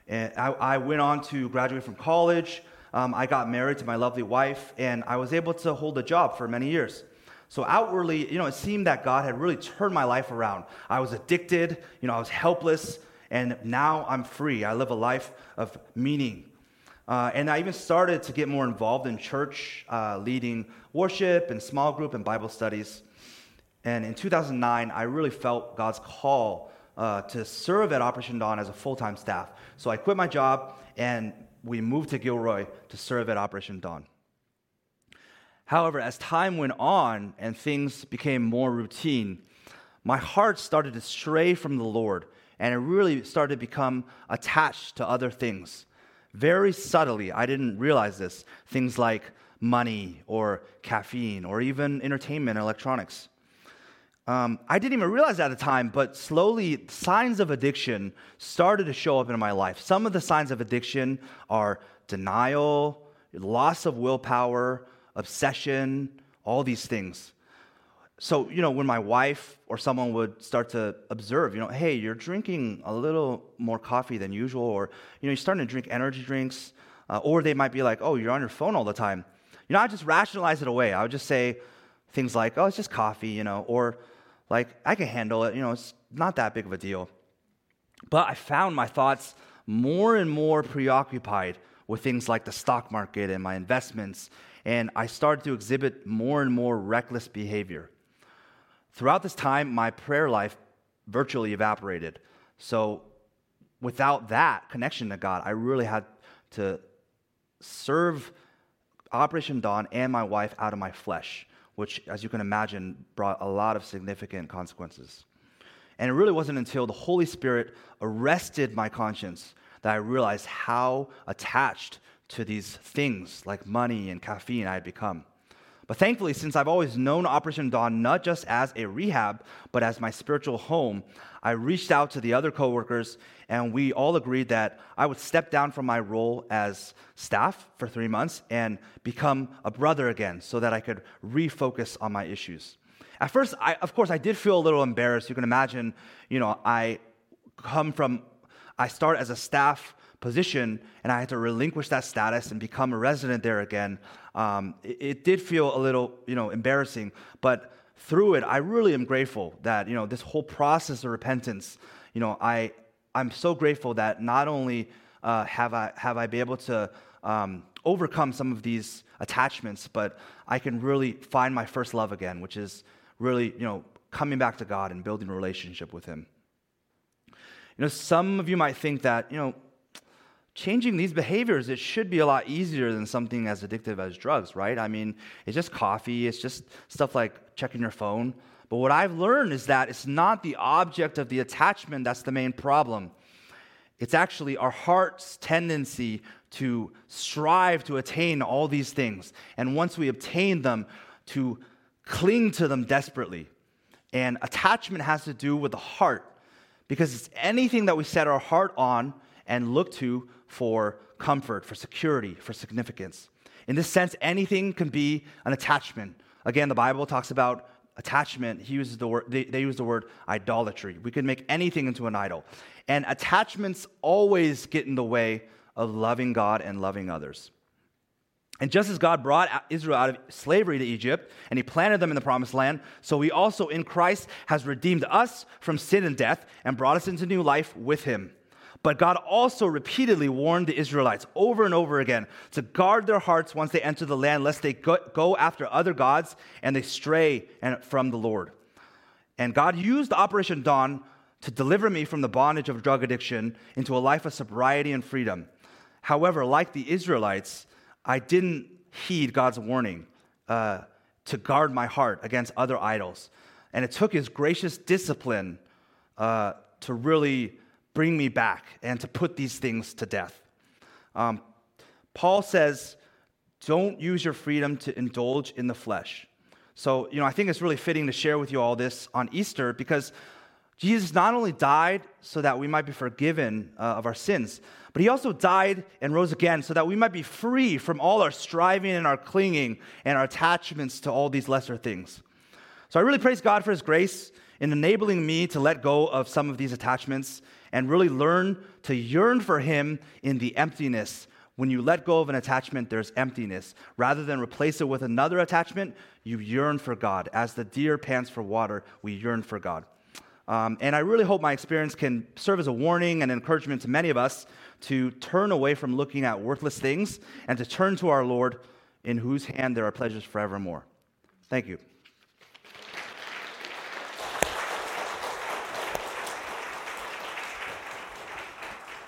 [SPEAKER 2] And I, I went on to graduate from college. Um, I got married to my lovely wife, and I was able to hold a job for many years. So outwardly, you know, it seemed that God had really turned my life around. I was addicted, you know, I was helpless, And now I'm free. I live a life of meaning. Uh, and I even started to get more involved in church, uh, leading worship and small group and Bible studies. And in 2009, I really felt God's call uh, to serve at Operation Dawn as a full time staff. So I quit my job and we moved to Gilroy to serve at Operation Dawn. However, as time went on and things became more routine, my heart started to stray from the Lord and it really started to become attached to other things. Very subtly, I didn't realize this things like money or caffeine or even entertainment and electronics. Um, I didn't even realize at the time, but slowly signs of addiction started to show up in my life. Some of the signs of addiction are denial, loss of willpower, obsession, all these things. So, you know, when my wife or someone would start to observe, you know, hey, you're drinking a little more coffee than usual, or, you know, you're starting to drink energy drinks, uh, or they might be like, oh, you're on your phone all the time. You know, I just rationalize it away. I would just say things like, oh, it's just coffee, you know, or, like i can handle it you know it's not that big of a deal but i found my thoughts more and more preoccupied with things like the stock market and my investments and i started to exhibit more and more reckless behavior throughout this time my prayer life virtually evaporated so without that connection to god i really had to serve operation dawn and my wife out of my flesh which, as you can imagine, brought a lot of significant consequences. And it really wasn't until the Holy Spirit arrested my conscience that I realized how attached to these things like money and caffeine I had become. But thankfully, since I've always known Operation Dawn not just as a rehab, but as my spiritual home, I reached out to the other coworkers and we all agreed that I would step down from my role as staff for three months and become a brother again so that I could refocus on my issues. At first, I, of course, I did feel a little embarrassed. You can imagine, you know, I come from, I start as a staff position and I had to relinquish that status and become a resident there again. Um, it, it did feel a little, you know, embarrassing, but through it, I really am grateful that, you know, this whole process of repentance, you know, I, I'm so grateful that not only uh, have I have I been able to um, overcome some of these attachments, but I can really find my first love again, which is really you know coming back to God and building a relationship with Him. You know, some of you might think that you know changing these behaviors it should be a lot easier than something as addictive as drugs, right? I mean, it's just coffee, it's just stuff like checking your phone. But what I've learned is that it's not the object of the attachment that's the main problem. It's actually our heart's tendency to strive to attain all these things. And once we obtain them, to cling to them desperately. And attachment has to do with the heart, because it's anything that we set our heart on and look to for comfort, for security, for significance. In this sense, anything can be an attachment. Again, the Bible talks about attachment he uses the word they, they, use the word idolatry we can make anything into an idol and attachments always get in the way of loving god and loving others and just as god brought israel out of slavery to egypt and he planted them in the promised land so he also in christ has redeemed us from sin and death and brought us into new life with him but God also repeatedly warned the Israelites over and over again to guard their hearts once they enter the land, lest they go after other gods and they stray from the Lord. And God used Operation Dawn to deliver me from the bondage of drug addiction into a life of sobriety and freedom. However, like the Israelites, I didn't heed God's warning uh, to guard my heart against other idols. And it took his gracious discipline uh, to really bring me back and to put these things to death. Um, Paul says, don't use your freedom to indulge in the flesh. So, you know, I think it's really fitting to share with you all this on Easter because Jesus not only died so that we might be forgiven uh, of our sins, but he also died and rose again so that we might be free from all our striving and our clinging and our attachments to all these lesser things. So I really praise God for his grace in enabling me to let go of some of these attachments and really learn to yearn for Him in the emptiness. When you let go of an attachment, there's emptiness. Rather than replace it with another attachment, you yearn for God. As the deer pants for water, we yearn for God. Um, and I really hope my experience can serve as a warning and encouragement to many of us to turn away from looking at worthless things and to turn to our Lord, in whose hand there are pledges forevermore. Thank you.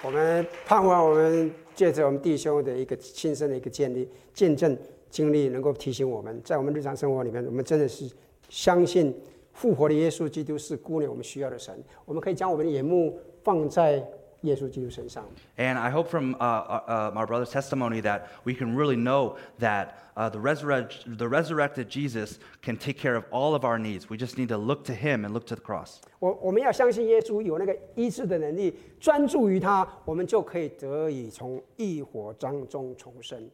[SPEAKER 1] 我们盼望我们借着我们弟兄的一个亲身的一个建立见证经历，能够提醒我们，在我们日常生活里面，我们真的是相信复活的耶稣基督是姑娘我们需要的神。我们可以将我们的眼目放在耶稣基督身上。
[SPEAKER 2] And I hope from uh, uh, uh, our brother's testimony that we can really know that uh, the, resurrect, the resurrected Jesus can take care of all of our needs. We just need to look to him and look to the cross.
[SPEAKER 1] 我我们要相信耶稣有那个医治的能力，专注于他，我们就可以得以从异火当中重生。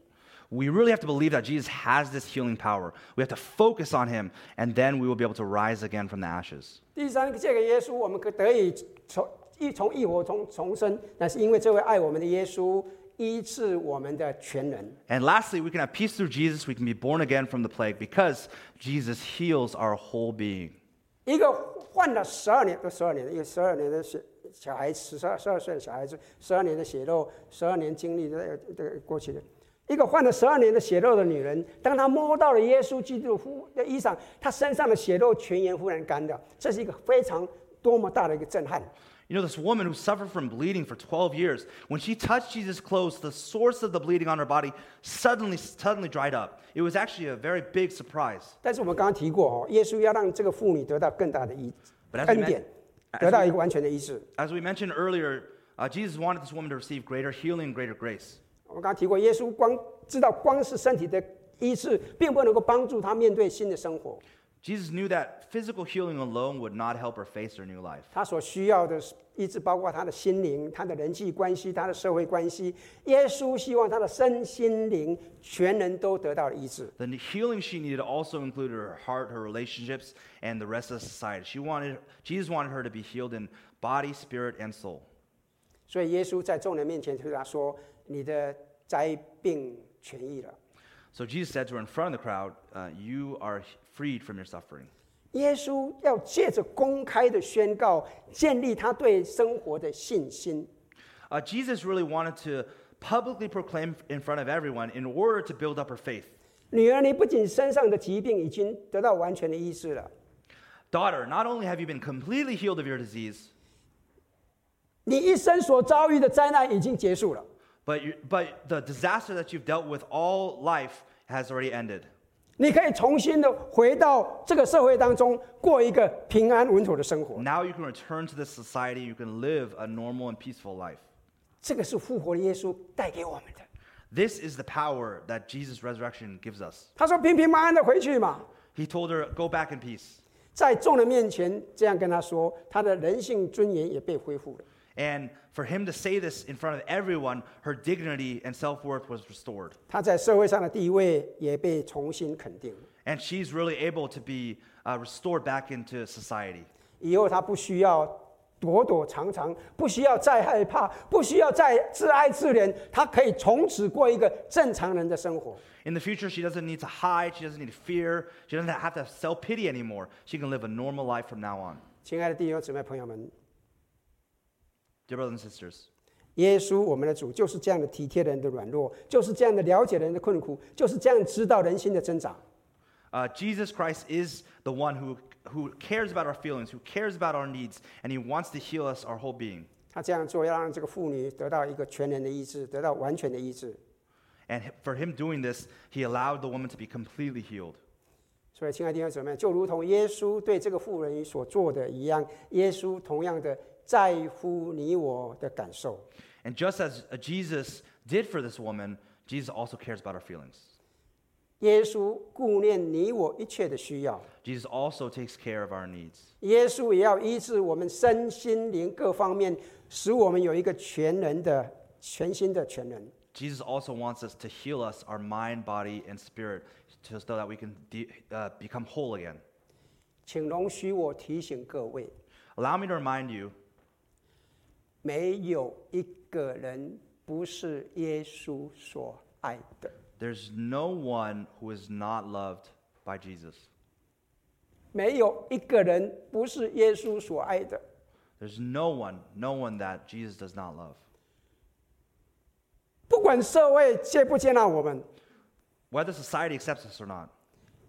[SPEAKER 2] We really have to believe that Jesus has this healing power. We have to focus on him, and then we will be able to rise again from the ashes.
[SPEAKER 1] 第三个，借呃给耶稣，我们可得以从一从一火重重生，那是因为这位爱我们的耶稣医治我们的呃全能。
[SPEAKER 2] And lastly, we can have peace through Jesus. We can be born again from the plague because Jesus heals our whole being.
[SPEAKER 1] 一个患了十二年，都十二年，一个十二年的血小孩子，十二十二岁的小孩子，十二年的血肉，十二年经历的这个过去的。一个患了十二年的血肉的女人，当她摸到了耶稣基督的肤的衣裳，她身上的血肉全然忽然干掉，这是一个非常多么大的一个震撼！
[SPEAKER 2] You know, this woman who suffered from bleeding for 12 years, when she touched Jesus' clothes, the source of the bleeding on her body suddenly, suddenly dried up. It was actually a very big surprise.
[SPEAKER 1] 但是我们刚刚提过哦，耶稣要让这个妇女得到更大的医
[SPEAKER 2] But as we
[SPEAKER 1] 恩典
[SPEAKER 2] men-，
[SPEAKER 1] 得到一个完全的医治。
[SPEAKER 2] As we mentioned earlier, uh, Jesus wanted this woman to receive greater healing, greater grace.
[SPEAKER 1] 我们刚刚提过，耶稣光知道光是身体的医治，并不能够帮助她面对新的生活。
[SPEAKER 2] Jesus knew that physical healing alone would not help her face her new life.
[SPEAKER 1] 他所需要的医治，包括他的心灵、他的人际关系、他的社会关系。耶稣希望他的身心灵全人都得到医治。
[SPEAKER 2] The healing she needed also included her heart, her relationships, and the rest of society. She wanted, Jesus wanted her to be healed in body, spirit, and soul.
[SPEAKER 1] 所以耶稣在众人面前对他说：“你的灾病痊愈了。
[SPEAKER 2] So Jesus said to her in front of the crowd, uh, You are freed from your suffering. ”
[SPEAKER 1] 耶稣要借着公开的宣告，建立他对生活的信心。
[SPEAKER 2] Uh, Jesus really wanted to publicly proclaim in front of everyone in order to build up her faith.
[SPEAKER 1] 女儿，你不仅身上的疾病已经得到完全的医治了，
[SPEAKER 2] Daughter, not only have you been completely healed of your disease,
[SPEAKER 1] 你一生所遭遇的灾难已经结束了。
[SPEAKER 2] but, you, but the disaster that you've dealt with all life has already ended.
[SPEAKER 1] 你可以重新的回到这个社会当中，过一个平安稳妥的生活。
[SPEAKER 2] Now you can return to this society, you can live a normal and peaceful life.
[SPEAKER 1] 这个是复活的耶稣带给我们的。
[SPEAKER 2] This is the power that Jesus' resurrection gives us.
[SPEAKER 1] 他说：“平平安安的回去嘛。
[SPEAKER 2] He told her, Go back in peace. ”
[SPEAKER 1] 在众人面前这样跟他说，他的人性尊严也被恢复了。
[SPEAKER 2] And for him to say this in front of everyone, her dignity and self worth was restored.
[SPEAKER 1] 他在社会上的地位也被重新肯定了。
[SPEAKER 2] And she's really able to be uh, restored back into society.
[SPEAKER 1] 以后他不需要躲躲藏藏，不需要再害怕，不需要再自哀自怜，他可以从此过一个正常人的生活。
[SPEAKER 2] In the future, she doesn't need to hide, she doesn't need to fear, she doesn't have to have self pity anymore. She can live a normal life from now on.
[SPEAKER 1] 亲爱的弟兄姊妹朋友们，
[SPEAKER 2] Dear brothers and sisters,
[SPEAKER 1] 耶稣，我们的主，就是这样的体贴人的软弱，就是这样的了解人的困苦，就是这样知道人心的挣扎。
[SPEAKER 2] uh, Jesus Christ is the one who, who cares about our feelings, who cares about our needs, and he wants to heal us our whole being.
[SPEAKER 1] 他这样做，要让这个妇女得到一个全人的医治，得到完全的医治。
[SPEAKER 2] And h- for him doing this, he allowed the woman to be completely healed.
[SPEAKER 1] 所以，亲爱的弟兄姊妹，就如同耶稣对这个妇人所做的一样，耶稣同样的在乎你我的感受。
[SPEAKER 2] And just as uh, Jesus did for this woman, Jesus also cares about our feelings.
[SPEAKER 1] 耶稣顾念你我一切的需要，
[SPEAKER 2] Jesus also takes care of our needs.
[SPEAKER 1] 耶稣也要医治我们身心灵各方面，使我们有一个全人的、全新的全人。
[SPEAKER 2] Jesus also wants us to heal us, our mind, body, and spirit, to, so that we can de- uh, become whole again.
[SPEAKER 1] 请容许我提醒各位，
[SPEAKER 2] Allow me to remind you
[SPEAKER 1] 没有一个人不是耶稣所爱的，
[SPEAKER 2] there's no one who is not loved by Jesus.
[SPEAKER 1] 没有一个人不是耶稣所爱的。
[SPEAKER 2] There's no one, no one that Jesus does not love.
[SPEAKER 1] 不管社会接不接纳我们，
[SPEAKER 2] Whether society accepts us or not,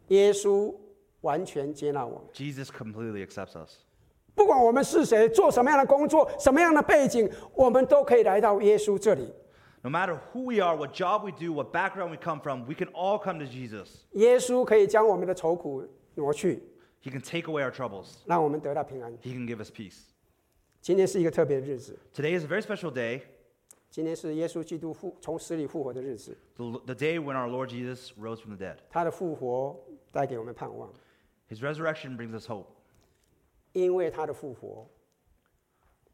[SPEAKER 1] 耶稣完全接纳我们。
[SPEAKER 2] Jesus completely accepts us.
[SPEAKER 1] 不管我们是谁，做什么样的工作，什么样的背景，我们都可以来到耶稣这里。
[SPEAKER 2] No matter who we are, what job we do, what background we come from, we can all come to Jesus.
[SPEAKER 1] 耶稣可以将我们的愁苦挪去，
[SPEAKER 2] He can take away our troubles.
[SPEAKER 1] 让我们得到平安。
[SPEAKER 2] He can give us peace.
[SPEAKER 1] 今天是一个特别的日子，
[SPEAKER 2] Today is a very special day,
[SPEAKER 1] 今天是耶稣基督复从死里复活的日子，
[SPEAKER 2] the, the day when our Lord Jesus rose from the dead.
[SPEAKER 1] 他的复活带给我们盼望，
[SPEAKER 2] His resurrection brings us hope.
[SPEAKER 1] 因为他的复活，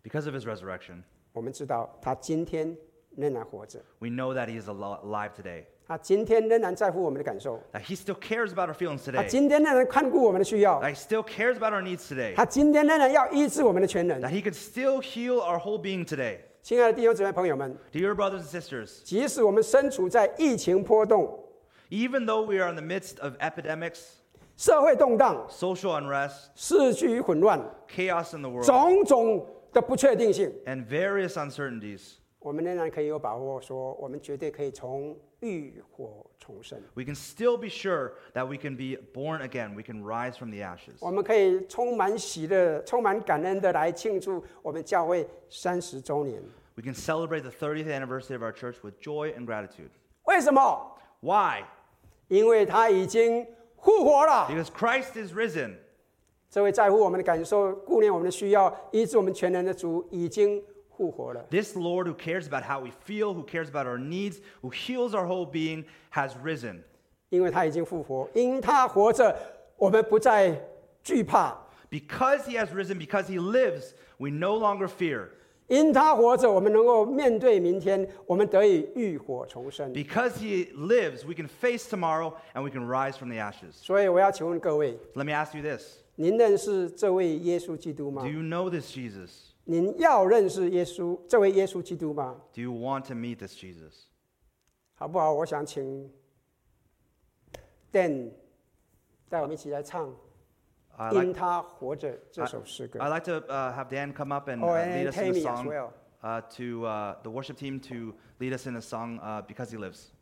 [SPEAKER 2] Because of his resurrection,
[SPEAKER 1] 我们知道他今天仍然活着，
[SPEAKER 2] we know that he is al- alive today,
[SPEAKER 1] 他今天仍然在乎我们的感受，
[SPEAKER 2] that he still cares about our feelings
[SPEAKER 1] 他
[SPEAKER 2] today,
[SPEAKER 1] 今天仍然看顾我们的需要，
[SPEAKER 2] that he still cares about our needs today,
[SPEAKER 1] 他今天仍然要医治我们的全能
[SPEAKER 2] that。he can still heal our whole being today.
[SPEAKER 1] 亲爱的弟兄姊妹朋友们，
[SPEAKER 2] Dear brothers and sisters,
[SPEAKER 1] 即使我们身处在疫情波动、
[SPEAKER 2] even though we are in the midst of epidemics,
[SPEAKER 1] 社会动荡、
[SPEAKER 2] social unrest,
[SPEAKER 1] 市区混乱、
[SPEAKER 2] chaos in the world,
[SPEAKER 1] 种种的不确定性，
[SPEAKER 2] and various uncertainties,
[SPEAKER 1] 我们仍然可以有把握说，我们绝对可以从浴火重生。
[SPEAKER 2] we can still be sure that we can be born again. We can rise from the ashes.
[SPEAKER 1] 我们可以充满喜乐、充满感恩的来庆祝我们教会三十周年。
[SPEAKER 2] We can celebrate the 30th anniversary of our church with joy and gratitude.
[SPEAKER 1] 为什么？
[SPEAKER 2] Why?
[SPEAKER 1] 因为他已经复活了。
[SPEAKER 2] Because Christ is risen.
[SPEAKER 1] 这位在乎我们的感受、顾念我们的需要、医治我们全能的主已经复活了。
[SPEAKER 2] This Lord who cares about how we feel, who cares about our needs, who heals our whole being, has risen.
[SPEAKER 1] 因为他已经复活，因他活着，我们不再惧怕；
[SPEAKER 2] Because he has risen, because he lives, we no longer fear.
[SPEAKER 1] 因他活着，我们能够面对明天，我们得以浴火重生。
[SPEAKER 2] Because he lives, we can face tomorrow and we can rise from the ashes.
[SPEAKER 1] 所以我要请问各位，
[SPEAKER 2] Let me ask you this
[SPEAKER 1] 您认识这位耶稣基督吗
[SPEAKER 2] Do？you know this Jesus?
[SPEAKER 1] 您要认识耶稣这位耶稣基督吗？
[SPEAKER 2] Do you want to meet this Jesus?
[SPEAKER 1] 好不好？我想请 Dan 带我们一起来唱
[SPEAKER 2] I
[SPEAKER 1] 《因
[SPEAKER 2] like,
[SPEAKER 1] 他活着》这首诗歌
[SPEAKER 2] I'd。like to uh, have Dan come up and
[SPEAKER 1] Oh,
[SPEAKER 2] uh,
[SPEAKER 1] and
[SPEAKER 2] lead us in
[SPEAKER 1] Tammy
[SPEAKER 2] a
[SPEAKER 1] as
[SPEAKER 2] song
[SPEAKER 1] well.
[SPEAKER 2] uh, to uh, the worship team to lead us in a song uh, because he lives.